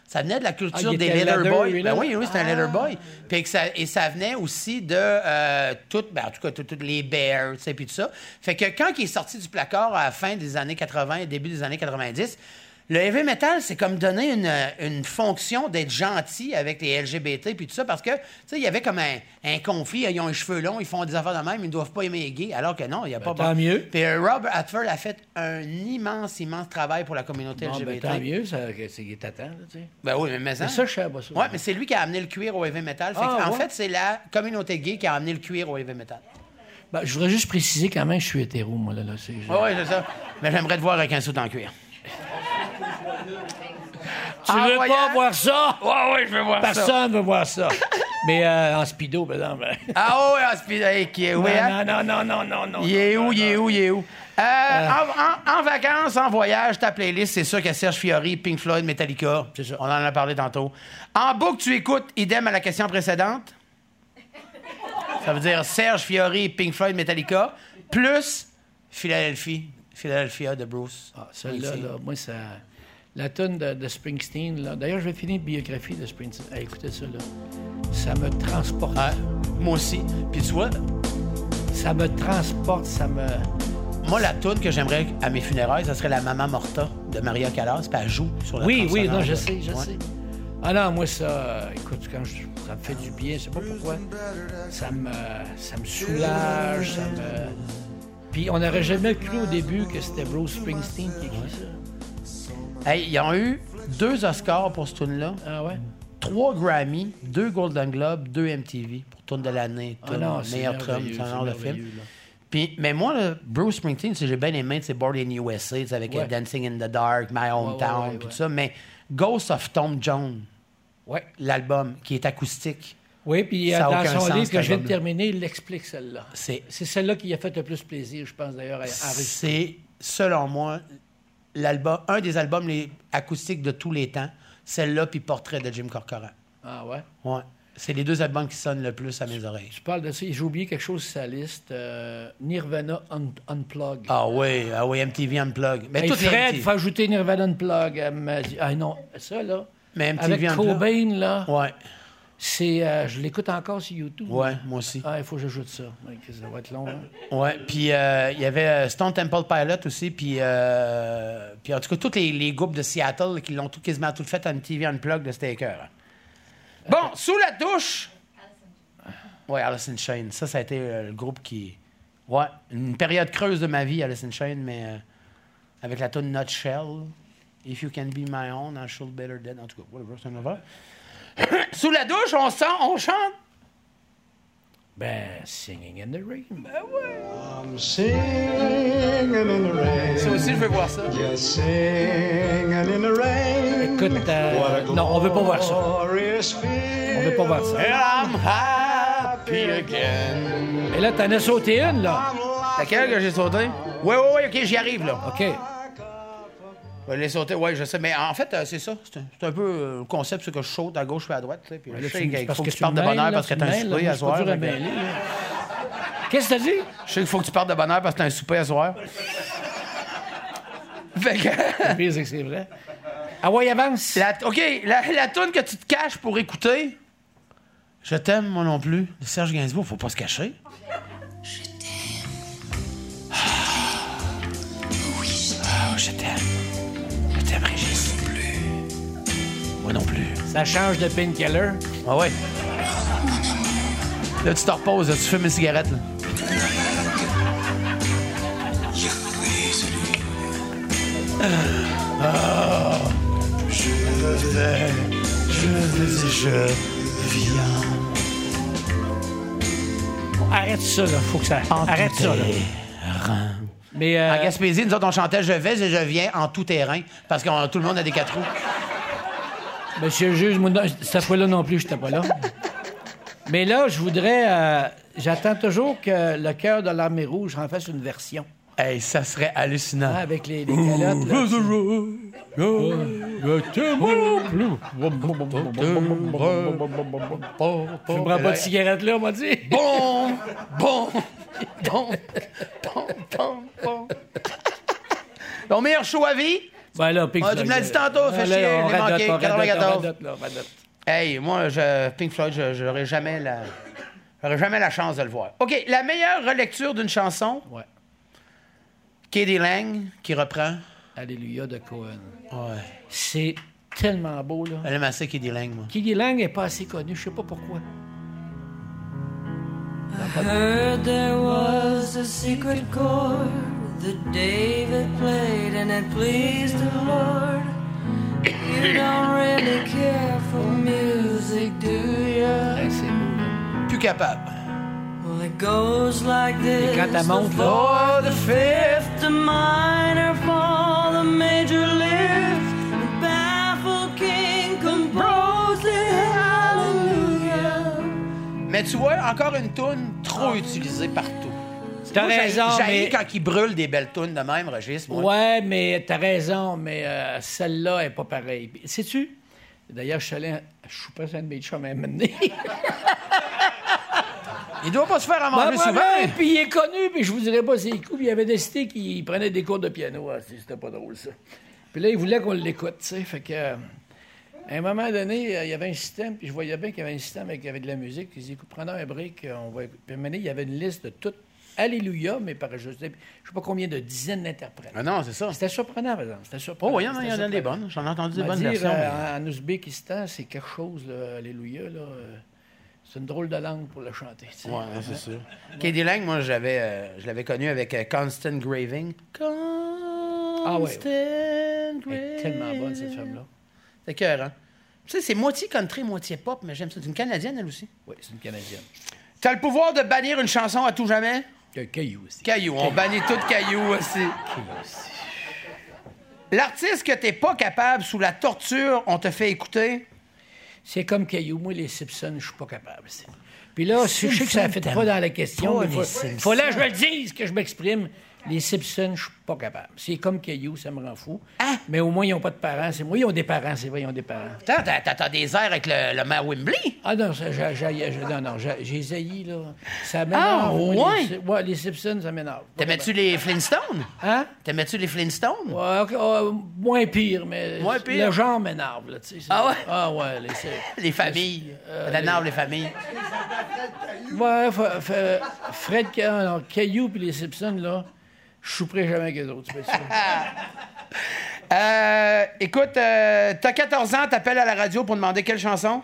Ça venait de la culture Ah, il des était leather leather, boys. lui, Ben là? oui, oui, c'était un Ah. leather boy. Puis que ça, et ça venait aussi de euh, toutes, ben, en tout cas, tout- toutes les bears, tu sais, puis tout ça. Fait que quand il est sorti du placard à la fin des années 80 et début des années 90, le heavy metal, c'est comme donner une, une fonction d'être gentil avec les LGBT puis tout ça, parce que, tu sais, il y avait comme un, un conflit, ils ont les cheveux longs, ils font des affaires de même, ils ne doivent pas aimer les gays, alors que non, il n'y a pas... Ben, tant mieux. Puis euh, Rob Atford a fait un immense, immense travail pour la communauté Bon, ben, LGBT. tant mieux, ça, que c'est- il t'attend, là, tu sais. Ben oui, mais mais Mais ça, je savais pas ça. Ouais, mais c'est lui qui a amené le cuir au heavy metal. Fait que, Ah, en ouais? fait, c'est la communauté gay qui a amené le cuir au heavy metal. Ben, je voudrais juste préciser quand même, je suis hétéro, moi, là. là c'est- Oui, oui, Ah c'est ça. Mais j'aimerais te voir avec un sou en cuir. Tu veux pas voir ça? Ouais, oui, je veux voir ça. Personne veut voir ça. Mais euh, en speedo, par exemple. Ah ouais, ah, c'est- hey, qui est où, hein? non, non, non, non, non, non. Il est non, où, il est non. où, il est où? Euh, En, en- en vacances, en voyage, ta playlist, c'est sûr qu'il y a Serge Fiori, Pink Floyd, Metallica. C'est ça. On en a parlé tantôt. En boucle, tu écoutes, idem à la question précédente. Ça veut dire Serge Fiori, Pink Floyd, Metallica, plus Philadelphie, Philadelphia de Bruce. Ah, celle-là, Springsteen. là, moi, ça. La tonne de, de Springsteen, là. D'ailleurs, je vais finir une biographie de Springsteen. Ah, écoutez ça, là. Ça me transporte. Ouais, moi aussi. Puis tu vois, Ça me transporte, ça me. moi, la toune que j'aimerais à mes funérailles, ça serait la Maman Morta de Maria Callas, puis elle joue sur la Oui, trame oui, sonore non, je de- sais, je Ouais. sais. Ah non, moi, ça. euh, Écoute, quand je, ça me fait du bien, je sais pas pourquoi. Ça me, ça me soulage, ça me. Puis on n'aurait jamais cru au début que c'était Bruce Springsteen qui écrit ça. Hey, ils ont eu deux Oscars pour ce tune-là. Ah ouais? trois Grammy, deux Golden Globe, deux MTV pour tourne de l'année, Ah tourne non, c'est meilleur trum, merveilleux, sonore c'est de film. merveilleux, là. Puis, mais moi, là, Bruce Springsteen, c'est- j'ai bien aimé, c'est Born in USA, tu sais, avec Ouais. euh, Dancing in the Dark, My ouais, Hometown, ouais, puis tout ouais. ça. Mais Ghost of Tom Jones, Ouais. l'album qui est acoustique, Oui, puis euh, Ça a dans aucun son sens, livre que cet je viens de album-là. terminer, il l'explique celle-là. C'est- C'est celle-là qui a fait le plus plaisir, je pense, d'ailleurs, à, à Russie. Ah, C'est, selon moi, l'album, un des albums les acoustiques de tous les temps. Celle-là, puis Portrait de Jim Corcoran. Ah ouais? Ouais. C'est les deux albums qui sonnent le plus à mes oreilles. Je parle de ça, et j'ai oublié quelque chose sur sa liste. euh, Nirvana Un- Unplug. Ah oui, ah oui, MTV Unplug. Mais Hey, tout Fred, faut ajouter Nirvana Unplug. Elle m'a dit- Ah non, ça, là. Mais MTV avec Unplugged. Cobain, là, Ouais, c'est, euh, je l'écoute encore sur YouTube. ouais, moi aussi. Ah, il faut que j'ajoute ça. Ouais, que Ça va être long. hein. Ouais, puis euh, il y avait euh, Stone Temple Pilot aussi, puis euh, puis en tout cas, tous les, les groupes de Seattle qui l'ont tout, quasiment tout fait à MTV Unplugged de Staker. Bon, sous la touche. Ouais, Alice in Chains. Ça, ça a été euh, le groupe qui. Ouais, une période creuse de ma vie, Alice in Chains, mais euh, avec la tune Nutshell, If You Can Be My Own, I Should Better Dead, en tout cas, whatever, c'est une affaire. Sous la douche, on sent, on chante. Ben, Singing in the Rain. Ça aussi, je veux voir ça. Écoute, euh, non, on veut pas voir ça. On veut pas voir ça. I'm happy again. Mais là, t'en as sauté une, là. Laquelle que j'ai sauté? Oui, oui, oui, ok, j'y arrive, là. OK. Je l'ai sauté, oui, je sais. Mais en fait, euh, c'est ça. C'est un, c'est un peu euh, le concept, c'est que je saute à gauche puis à droite. tu sais, Puis Mais je là, sais tu- c'est qu'il parce faut que, tu tu partes de mêles, bonne heure là, parce que tu t'as un mêles, là. souper Moi, à je suis soir. pas dur à fait que- mêler, là. Qu'est-ce que t'as dit? Je sais qu'il faut que tu partes de bonne heure parce que t'as un souper à soir. fait que... Le pire, c'est que c'est vrai. Ah ouais, avance. La- OK, la, la toune que tu te caches pour écouter... Je t'aime, moi non plus. de Serge Gainsbourg, faut pas se cacher. Ah, je t'aime. Je t'aime, Régis. Moi non plus. Ça change de painkiller. Ah ouais. Là, tu te reposes, là, tu fumes une cigarette. Là. Ah. Ah. Arrête ça, là. Faut que ça. Arrête ça, là. Mais. euh, En Gaspésie, nous autres, on chantait Je vais et je viens en tout terrain parce que tout le monde a des quatre roues. Monsieur le juge, moi, non, cette fois-là non plus, j'étais pas là. Mais là, je voudrais. euh, J'attends toujours que le cœur de l'armée rouge en fasse une version. Hey, ça serait Hein, hallucinant. avec les, les calottes. là. Tu me prends pas de cigarette là, on m'a dit. Bon, bon, bon, bon, bon, bon. Ton meilleur show à vie? Ben là, Pink Ah, tu Floyd, me l'as dit là. tantôt, fais là, chier, on j'ai radote, manqué, on radote, 94. on radote, là, on radote. Hey, moi, je, Pink Floyd, je- j'aurais jamais la... J'aurais jamais la chance de le voir. OK, la meilleure relecture d'une chanson, Ouais. Katie Lang, qui reprend. Alléluia de Cohen. Ouais. C'est tellement beau, là. Elle aime assez Katie Lang, moi. Kiki Lang n'est pas assez connu, je sais pas pourquoi. Heard there was a secret chord that David played and it pleased the Lord. You don't really care for music, do ya? Hey, c'est beau, là. Plus capable. Well, it goes like this. quand elle the monte, là. fourth, the fifth, the minor fall, the major lift. The baffled king composed it, hallelujah. Mais tu vois, encore une toune trop utilisée partout. Ah. T'as Moi, j'haïs- raison, j'haïs mais... quand ils brûlent des belles tounes de même, Régis. moi. Ouais, mais t'as raison, mais euh, celle-là est pas pareille. Puis, Sais-tu? D'ailleurs, je suis allé... à- Je suis pas un de mes chums à un moment donné. Ah, Il doit pas se faire à Ben, manger ouais, souvent. ouais, puis il est connu, puis je vous dirais pas c'est coups. Puis il avait décidé qu'il prenait des cours de piano. Ah, c'est- C'était pas drôle, ça. Puis là, il voulait qu'on l'écoute, tu sais. Fait que... euh, À un moment donné, euh, il y avait un système, puis je voyais bien qu'il y avait un système avec, avec de la musique. Ils disaient, écoute, prenons un break, euh, on va écouter. Puis à un moment donné, il y avait une liste de toutes. Alléluia, mais par je sais, je sais pas combien de dizaines d'interprètes. Ah non, c'est ça. C'était surprenant, par exemple. C'était surprenant. Oh, il y en a, C'était il y en a des surprenant. bonnes. J'en ai entendu des On va bonnes Bah, dire, versions. mais- euh, en Ouzbékistan, c'est quelque chose, là, Alléluia. Là, euh, c'est une drôle de langue pour le chanter. tu sais. Ouais, c'est sûr. Katie Lang, moi, j'avais, euh, je l'avais connue avec euh, Constant Graving. Constant Ah ouais. Graving. Elle est tellement bonne, cette femme-là. C'est cœur, hein? Tu sais, c'est moitié country, moitié pop, mais j'aime ça. C'est une Canadienne, elle aussi. Oui, c'est une Canadienne. T'as le pouvoir de bannir une chanson à tout jamais? Il y a un caillou aussi. Caillou. On bannit tout Caillou aussi. L'artiste que t'es pas capable, sous la torture, on te fait écouter. C'est comme Caillou. Moi, les Simpsons, je suis pas capable. c'est- Puis là, je sais que ça ne fait Simpsons, pas dans la t'aimes question, pas mais les il Simpsons. fallait que je me le dise, que je m'exprime. Les Simpsons, je suis pas capable. C'est comme Caillou, ça me rend fou. Mais au moins, ils n'ont pas de parents. C'est moi, ils ont des parents, c'est vrai, ils ont des parents. Attends, t'as- t'as t'as des airs avec le, le maire Wembley? Ah non, ça, j'ai, j'ai- j'ai- non, non, j'ai, j'ai zailli, là. Ça Ah, m'énerve. moi, ouais? Les, ouais, les Simpsons, ça m'énerve. T'aimais-tu les Flintstones? Hein? T'aimais-tu les Flintstones? Ouais, ok, ah, moins pire, mais Moins pire? le genre m'énerve, là, tu sais. Ah ouais? Ah ouais, les, c'est- Les familles. Euh, la les- narve, les familles. Ouais, fa- fa- Fred, Ca- non, Caillou puis les Simpsons, là, je souperai jamais que d'autres, tu peux dire. Euh, écoute, euh, t'as 14 ans, t'appelles à la radio pour demander quelle chanson?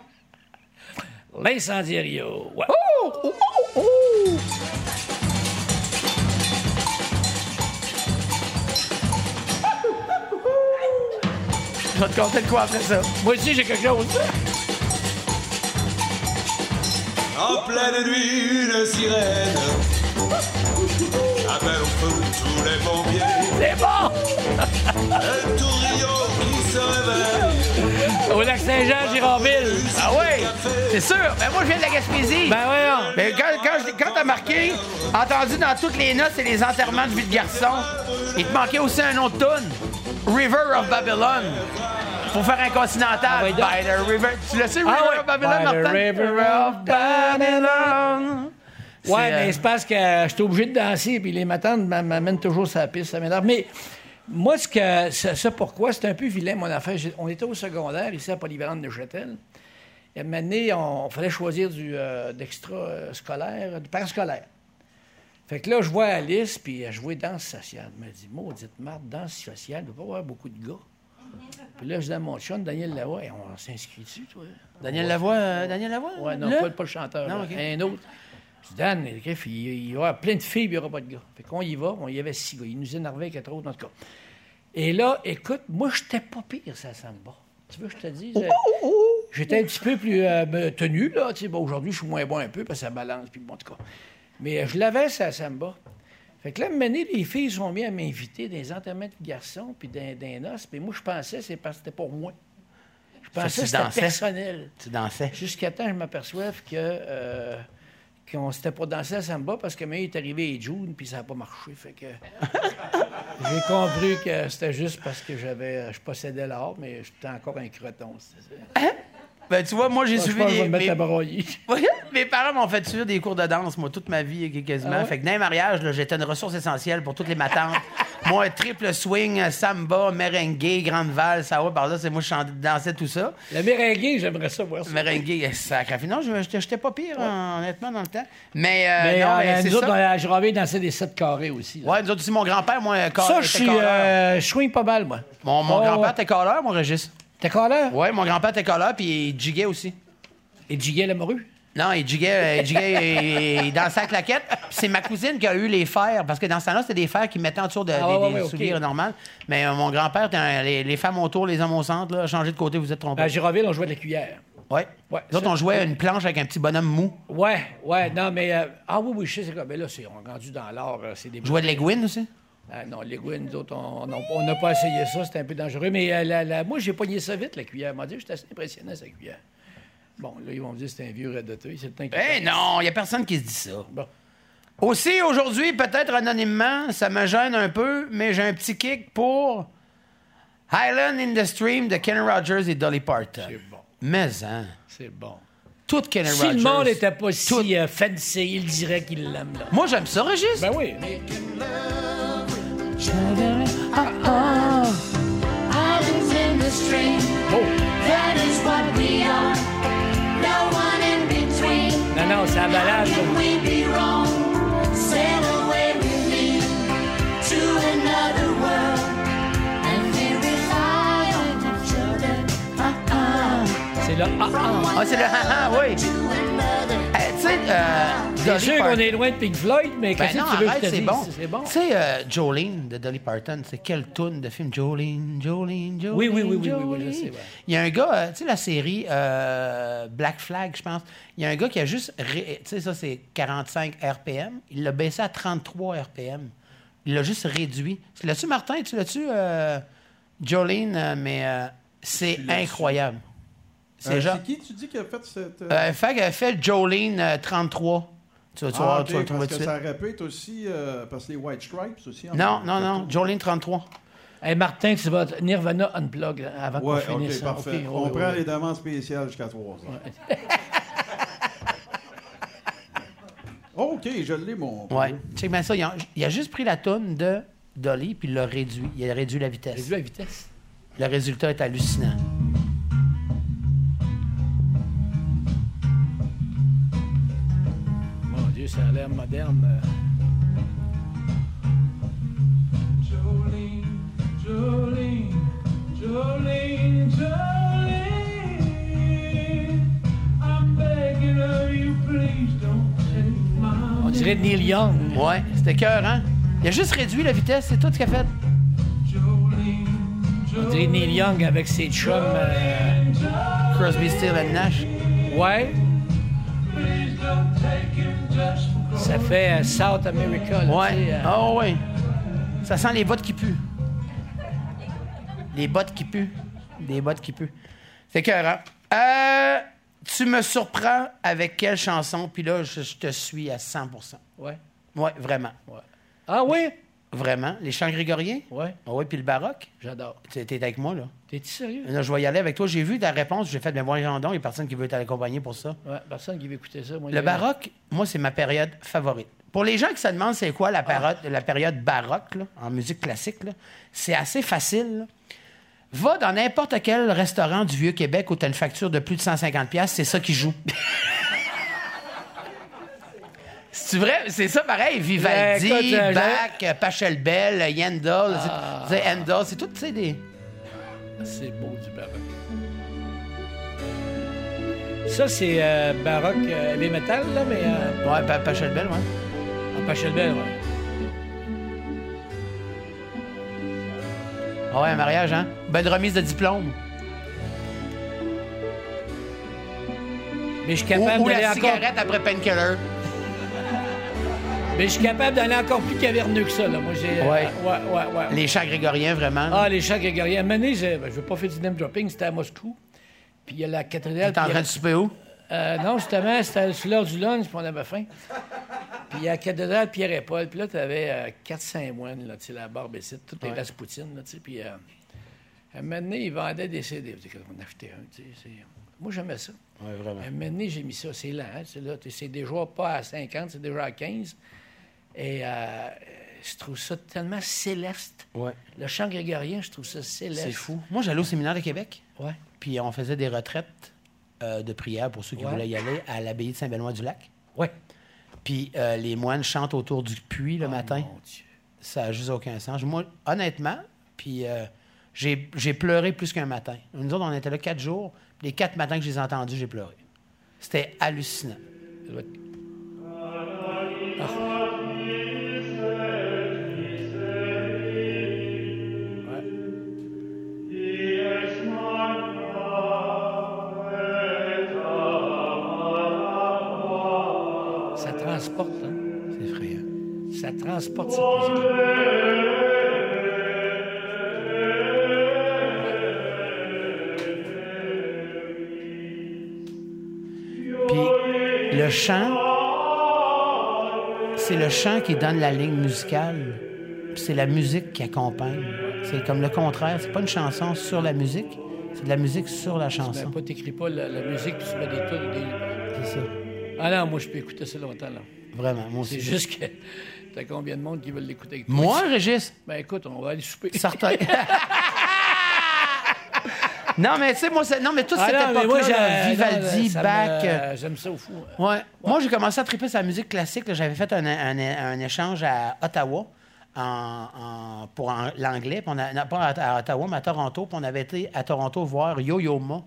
L'incendiario. Ouais. Oh! Oh! Oh! oh! Je vais te compter de quoi après ça. Moi aussi, j'ai quelque chose. En pleine nuit, une sirène avait au feu tous les Euh, pompiers. C'est bon! Un tourillon qui se réveille. Au lac Saint-Jean, Gironville. Ah oui! C'est sûr! Ben moi, je viens de la Gaspésie! Ben voyons! Ben quand, quand, je- quand t'as marqué, entendu dans toutes les noces et les enterrements de vie de garçon, il te manquait aussi un autre tune. River of Babylon. Faut faire un continental. By the river. Tu le sais, River Ah ouais. of Babylon, By the Martin? river of Babylon. C'est, Ouais, euh, mais c'est parce que je suis obligé de danser, puis les matins m'amènent toujours sur la piste, ça m'énerve. Mais moi, ce que, ça, ça pourquoi, c'est un peu vilain, mon affaire. J'ai- On était au secondaire, ici, à Polyvalente de Châtel. Et à un moment donné, on, on fallait choisir du, euh, d'extra euh, scolaire, du parascolaire. Fait que là, je vois Alice, puis elle jouait danse sociale. Elle me dit, maudite Marthe, danse sociale, il va pas avoir beaucoup de gars. Puis là, je dis à mon chum, Daniel Lavoie, Hey, on s'inscrit dessus, toi. Daniel Ouais. Lavoie, euh, Daniel Lavoie? Ouais, non, là? pas, pas le chanteur. Non, là, ok. Un autre. Je dis, Dan, le greffe, il, il y aura plein de filles, puis il n'y aura pas de gars. Fait qu'on y va, on y avait six gars. Il nous énervait avec quatre autres, en tout cas. Et là, écoute, moi, j'étais pas pire, ça sent le bas. Tu veux que je te dise? euh, J'étais un petit peu plus euh, ben, tenu, là. Tu sais, bon, aujourd'hui, je suis moins bon un peu, parce que ça balance, puis bon, en tout cas. Mais euh, je l'avais, ça samba. Fait que là, à un moment donné, les filles sont mis à m'inviter dans les enterrements de garçons, puis dans des noces. Puis moi, je pensais, c'est parce que c'était pour moi. Je Ça, pensais tu que c'était dansais? personnel. Tu dansais. Jusqu'à temps, je m'aperçoive que euh, qu'on s'était pas dansé à samba parce que mais il est arrivé et June puis ça n'a pas marché. Fait que j'ai compris que c'était juste parce que j'avais, euh, je possédais l'art, mais j'étais encore un creton. Ben, tu vois, moi, j'ai Ah, Je suivi pense que je les- vais me mettre mes- à broyer. Mes parents m'ont fait suivre des cours de danse, moi, toute ma vie, qu- quasiment. Ah ouais? Fait que dans les mariages, là, j'étais une ressource essentielle pour toutes les matantes. moi, triple swing, euh, samba, merengue, grande valse, ça va par là, c'est moi, je chantais- dansais tout ça. La merengue, j'aimerais ça voir ça. Merengue, euh, sacré. Non, je- j'étais j'étais pas pire, hein, honnêtement, dans le temps. Mais, euh, mais non, euh, mais c'est nous autres, ça. dans- je reviens danser des sept carrés aussi. là. Ouais, nous autres aussi, mon grand-père, moi, car- ça, était je suis, carreur. euh, je swing pas mal, moi. Mon, mon Oh, grand-père était colleur, mon Régis. T'es colleur? Ouais, mon grand-père était colleur, puis il jiguait aussi. Il jiguait la morue? Non, il jiguait, euh, il, jiguait il- il dansait à claquette. Puis c'est ma cousine qui a eu les fers, parce que dans ce temps-là, c'était des fers qui mettaient autour de, Ah, des, ouais, des ouais, ouais, souliers ok. normales. Mais euh, mon grand-père, était un- les, les femmes autour, les hommes au centre, là, changez de côté, vous êtes trompés. Ben, À Giroville, on jouait de la cuillère. ouais. Ah, Ouais, Nous autres, ça- on jouait à une planche avec un petit bonhomme mou. Ouais, ouais, non, mais. euh, ah oui, oui, je sais, c'est quoi. Mais là, c'est on est rendu dans l'art, euh, c'est des. Jouait de l'aiguine aussi? Ah non, les gouines, nous autres, on n'a on n'a pas essayé ça, c'était un peu dangereux. Mais euh, la- la- moi, j'ai pogné ça vite, la cuillère. Mon Dieu, j'étais assez impressionné, sa cuillère. Bon, là, ils vont me dire c'est un vieux redoteux, Ben, c'est le temps qu'il Eh passe. non, il n'y a personne qui se dit ça. Bon. Aussi, aujourd'hui, peut-être anonymement, ça me gêne un peu, mais j'ai un petit kick pour Highland in the Stream de Kenny Rogers et Dolly Parton. C'est bon. Mais, hein, C'est bon. tout Kenny Si Rogers. le monde n'était pas si euh, fancy, il dirait qu'il l'aime, là. Moi, j'aime ça, Régis. Ben oui. mais- Islands in the stream. Oh. That is what we are. No one in between. Non, non, c'est la balade. Can là. we be wrong? Sail away with me to another world. And we rely on each other. Uh-uh. C'est le ah, ah. Ah, c'est le ha-ha, oui. Eh, tu sais, euh, C'est Dolly sûr Parton- qu'on est loin de Pink Floyd, mais Ben qu'est-ce non, que tu veux arrête, que je te c'est dise? bon. C'est bon. Tu sais, euh, Jolene de Dolly Parton, c'est quelle tune de film? Jolene, Jolene, Jolene. Oui, oui, oui, oui, oui, oui, Jolene. je sais, ouais. Il y a un gars, euh, tu sais, la série euh, Black Flag, je pense. Il y a un gars qui a juste. ré- Tu sais, ça, c'est 45 RPM. Il l'a baissé à 33 RPM. Il l'a juste réduit. Tu l'as-tu, Martin? Tu l'as-tu, euh, Jolene? euh, Mais euh, c'est incroyable. C'est genre- qui tu dis qui a fait cette. euh, Euh, fait qu'elle fait Jolene euh, 33. Tu vas, tu vas ah, voir, ok, tu vas le trouver parce tout que de ça suite. répète aussi, euh, parce que les White Stripes aussi. en- Non, non, non. Ah. Jolene 33. Hey, Martin, tu vas Nirvana Unplug avant Ouais, qu'on finisse. ok, ça. parfait. Ok, On oui, prend oui. les demandes spéciales jusqu'à 3 ans. ok, je l'ai, mon. Ouais. Mm-hmm. Check bien ça. Il a, il a juste pris la toune de Dolly puis il l'a réduit. Il a réduit la vitesse. Réduit la vitesse. Le résultat est hallucinant. Mon Dieu, ça a l'air moderne. euh. Jolene, Jolene, Jolene, Jolene. I'm begging of you, please don't take my. On dirait Neil Young. Ouais, c'était cœur, hein? Il a juste réduit la vitesse, c'est tout ce qu'il a fait. On dirait Neil Young avec ses chums. euh, Crosby, Steele and Nash. Ouais. Ça fait euh, South America. là, tu sais, Ouais. euh, Ah ouais. Ça sent les bottes qui puent. Les bottes qui puent. Des bottes qui puent. C'est cœur, hein? Euh, tu me surprends avec quelle chanson? Puis là, je, je te suis à 100 Ouais. Ouais, vraiment. Ah oui? Vraiment. Les chants grégoriens? Ouais. Ah ouais, puis le baroque? J'adore. Tu étais avec moi, là. T'es-tu sérieux? Là, je vais y aller avec toi. J'ai vu ta réponse. J'ai fait, mais voyons donc, il y a personne qui veut t'accompagner pour ça. Ouais, personne qui veut écouter ça. Moi, Le j'ai- baroque, moi, c'est ma période favorite. Pour les gens qui se demandent c'est quoi Ah. la période, la période baroque là, en musique classique, là, c'est assez facile. là. Va dans n'importe quel restaurant du Vieux-Québec où tu as une facture de plus de 150$, piastres, c'est ça qui joue. C'est vrai, c'est ça pareil, Vivaldi, Ben, écoute, Ah. euh, Bach, Pachelbel, Yandel, c'est- c'est Handel, c'est tout, tu sais, des... C'est beau du baroque. Ça, c'est euh, baroque euh, heavy metal, là, mais. euh, Ouais, Pa- Pachelbel, ouais. en Pachelbel, ouais. Ah Ouais, un mariage, hein? Belle remise de diplôme. Mais je suis Ou, capable ou d'aller la encore. cigarette après Painkiller. Mais je suis capable d'aller encore plus caverneux que ça, là. Moi, j'ai. euh, Ouais. ouais, ouais, ouais. Les chants grégoriens, vraiment. Ah, les chants grégoriens. Mené, ben, je ne veux pas faire du name dropping, c'était à Moscou. Puis il y a la cathédrale. T'es en Ah, puis il y train a- de souper où? Euh, non, justement, c'était sur l'heure du lunch, puis on avait faim. Puis il y a la cathédrale Pierre et Paul, puis là, t'avais euh, 4-5 moines, là, tu sais, la barbe et tout, les Ouais. Raspoutines, là, tu sais, puis euh, à un moment donné, ils vendaient des CD. Fait qu'on en achetait un, tu sais. c'est- Moi, j'aimais ça. Oui, vraiment. À un moment donné, j'ai mis ça, c'est lent, hein, c'est là, t'es- c'est déjà pas à 50, c'est déjà à 15. Et euh, je trouve ça tellement céleste. Ouais. Le chant grégorien, je trouve ça céleste. C'est fou. Moi, j'allais au séminaire de Québec, Ouais. puis on faisait des retraites euh, de prière pour ceux qui Ouais. voulaient y aller à l'abbaye de Saint-Benoît-du-Lac. Ouais. Oh, Puis euh, les moines chantent autour du puits le matin. Mon Dieu. Ça n'a juste aucun sens. Moi, honnêtement, puis euh, j'ai j'ai pleuré plus qu'un matin. Nous autres, on était là quatre jours. Les quatre matins que je les ai entendus, j'ai pleuré. C'était hallucinant. Ça doit être- Ça transporte, hein? C'est hein? effrayant. Ça transporte cette musique. Puis le chant, c'est le chant qui donne la ligne musicale. Puis c'est la musique qui accompagne. C'est comme le contraire. C'est pas une chanson sur la musique, c'est de la musique sur la Tu chanson. mets pas, t'écris pas la, la musique, puis tu mets des tunes. Des... C'est ça. Ah non, moi, je peux écouter ça longtemps, là. Vraiment. Moi C'est aussi. juste que t'as combien de monde qui veulent l'écouter avec toi? Moi, Régis, Ben écoute, on va aller souper. certain. non, mais tu sais, moi, c'est- non, mais toute Ah cette non, mais moi, époque-là, là, j'ai- Vivaldi, non, là, Bach. ça me- euh, J'aime ça au fou. Ouais. Moi, j'ai commencé à triper sur la musique classique. là. J'avais fait un, un- un échange à Ottawa en- en- pour en- l'anglais. Puis on a- non, pas à, à Ottawa, mais à Toronto. Puis on avait été à Toronto voir Yo-Yo Ma.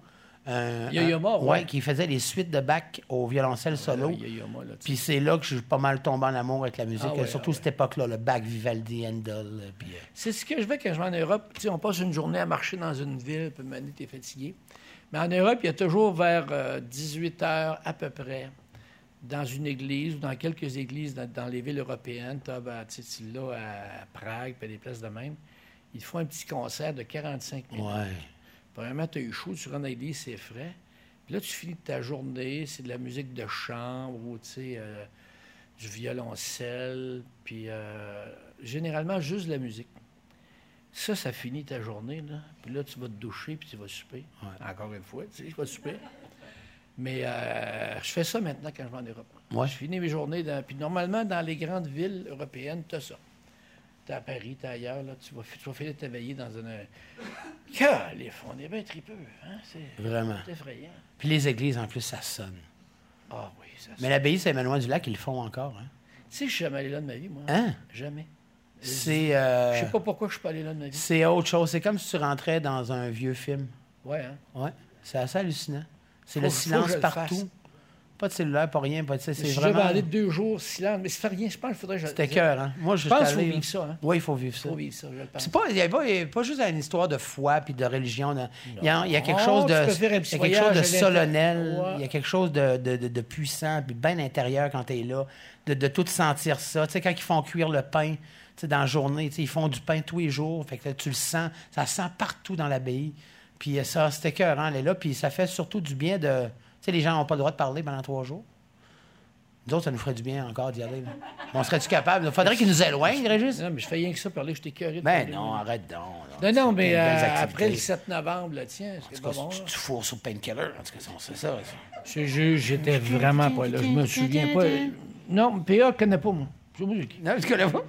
euh, Yo-Yo un- Ma, ouais. qui faisait les suites de Bach au violoncelle solo. Ah, yo-yo, moi, là, tu- Puis c'est là que je suis pas mal tombé en amour avec la musique, Ah ouais, surtout ah ouais. cette époque-là, le Bach, Vivaldi, Handel. euh, puis, euh, C'est ce que je veux quand je vais en Europe. Tu sais, on passe une journée à marcher dans une ville, puis tu t'es fatigué. Mais en Europe, il y a toujours vers 18 h à peu près, dans une église ou dans quelques églises dans, dans les villes européennes, t'as, ben, tu sais, tu l'as à Prague, puis des places de même, ils font un petit concert de 45 minutes. ouais. Premièrement, tu as eu chaud, tu rentres à l'église, c'est frais. Puis là, tu finis ta journée, c'est de la musique de chambre ou, tu sais, euh, du violoncelle, puis euh, généralement juste de la musique. Ça, ça finit ta journée, là. Puis là, tu vas te doucher, puis tu vas souper. Encore une fois, tu sais, je vais souper. Mais euh, je fais ça maintenant quand je vais en Europe. Ouais. Ah, Je finis mes journées. dans- Puis normalement, dans les grandes villes européennes, tu as ça. Tu à Paris, tu ailleurs, là, tu vas, fi- tu vas finir de t'éveiller dans une. Calif, on est bien tripeux. Hein? C'est Vraiment. c'est effrayant. Puis les églises, en plus, ça sonne. Ah oui, ça Mais sonne. l'abbaye Saint-Benoît-du-Lac, ils le font encore. Hein? Tu sais, je suis jamais allé là de ma vie, moi. Hein? Jamais. C'est, euh, Je sais pas pourquoi je suis pas allé là de ma vie. C'est autre chose. C'est comme si tu rentrais dans un vieux film. Ouais, hein? Ouais. C'est assez hallucinant. C'est Faut- le faut que silence je le fasse. partout. Pas de cellulaire, pas rien. Pas de... C'est Je suis vraiment. déjà allé deux jours silence, mais c'est rien. Je pense qu'il faudrait que je- C'était cœur, hein? Moi, je je pense suis qu'il allé, faut vivre là. ça. Hein? Oui, il faut vivre ça. Faut vivre ça, je le pense. C'est pas, il n'y a, pas- il y a pas juste une histoire de foi puis de religion. là. Il y a, il y a quelque chose Non, de, tu peux faire un petit il y a quelque chose voyage de à l'intérieur. solennel, Ouais. il y a quelque chose de, de- de- de puissant puis bien intérieur quand tu es là, de, de tout sentir ça. Tu sais, quand ils font cuire le pain tu sais, dans la journée, tu sais, ils font du pain tous les jours, fait que là, tu le sens, ça sent partout dans l'abbaye. Puis euh, ça, c'était cœur, hein, là. Puis ça fait surtout du bien de. Tu sais, les gens n'ont pas le droit de parler pendant trois jours. Nous autres, ça nous ferait du bien encore d'y aller. là. Mais On serait-tu capable? Faudrait qu'ils nous éloignent, Régis. Non, mais je fais rien que ça parler, j'étais curé. Ben non, arrête donc. là. Non, non, C'est mais des belles euh, activités. après le 7 novembre, là, tiens, En c'est tout pas cas, bon. hein. tu, tu fourres sur Painkiller. En tout cas, on sait ça. ça. Je juge, j'étais vraiment pas là. Je me souviens pas. Non, PA connaît pas, moi. Je sais pas. Non, tu connais pas?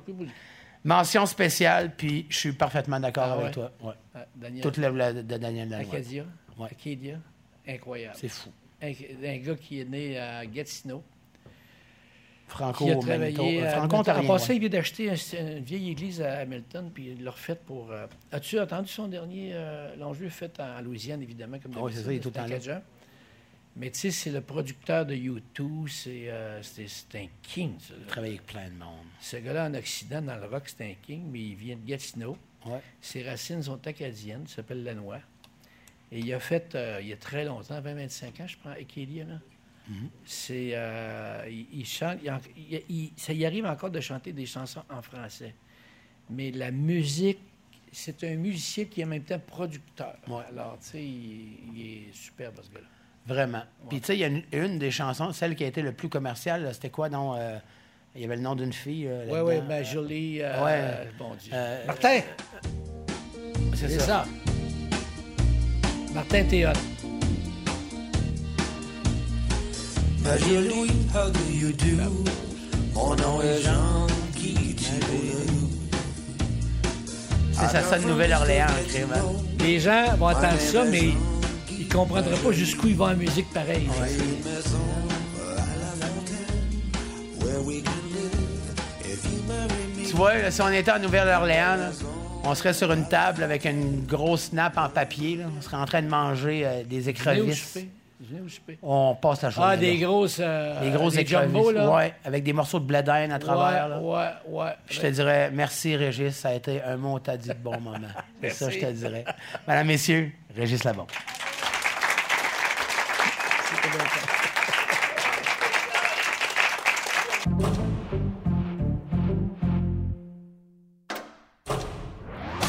Mention spéciale, puis je suis parfaitement d'accord Ah avec ouais? toi. Ouais. Ah, Daniel. Toute l'œuvre la- de Daniel Lanois. Acadia. Ouais. Acadia. Incroyable. C'est fou. Un, un gars qui est né à Gatineau. Franco qui a au Manito. travaillé. à Franco Hamilton. en ontarien. passant, il vient d'acheter un- une vieille église à Hamilton, puis il l'a refaite pour. euh, As-tu entendu son dernier euh, l'enjeu fait en Louisiane, évidemment, comme Oui, c'est ça, il est tout le temps là. d'habitude, c'est un Cajun. Mais tu sais, c'est le producteur de U2, c'est euh, c'est- c'est un king, ça, là. Il travaille avec plein de monde. Ce gars-là, en Occident, dans le rock, c'est un king, mais il vient de Gatineau. Ouais. Ses racines sont acadiennes, il s'appelle Lanois. Et il a fait, euh, il y a très longtemps, 20-25 ans, je prends Ekelia, là. Mhm. C'est, euh, il, il chante, il en- il- il- ça y arrive encore de chanter des chansons en français. Mais la musique, c'est un musicien qui est en même temps producteur. Alors, tu sais, il, il est superbe, ce gars-là. Vraiment. Puis, tu sais, il y a une, une des chansons, celle qui a été le plus commerciale, là, c'était quoi, non? euh, il y avait le nom d'une fille. euh, Oui, là-dedans. oui, ma jolie. euh, Ouais. Bon Dieu. Euh, Martin! C'est C'est ça. ça. Martin Théot. Ma jolie, how do you do? Mon nom est Jean Guy C'est ça, ça de Nouvelle-Orléans, en crime, hein. Les gens vont entendre ça, mais ils comprendraient pas jusqu'où ils vont en musique pareil. Tu vois, là, si on était en Nouvelle-Orléans, là, on serait sur une table avec une grosse nappe en papier. là. On serait en train de manger euh, des Venez au écrevisses. souper. Venez au souper. On passe la journée. Ah, des là. grosses. euh, Des grosses des écrevisses. jumbo, là. Ouais, avec des morceaux de bledin à travers. là. Ouais, ouais, ouais. Je te dirais, merci Régis, ça a été un mot, t'as dit de bon moment. C'est ça, je Merci. te dirais. Madame, messieurs, Régis Labon.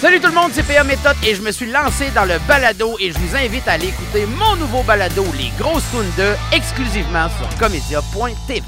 Salut tout le monde, c'est PA Méthode et je me suis lancé dans le balado et je vous invite à aller écouter mon nouveau balado, Les Grosses Tunes 2, exclusivement sur comédia.tv.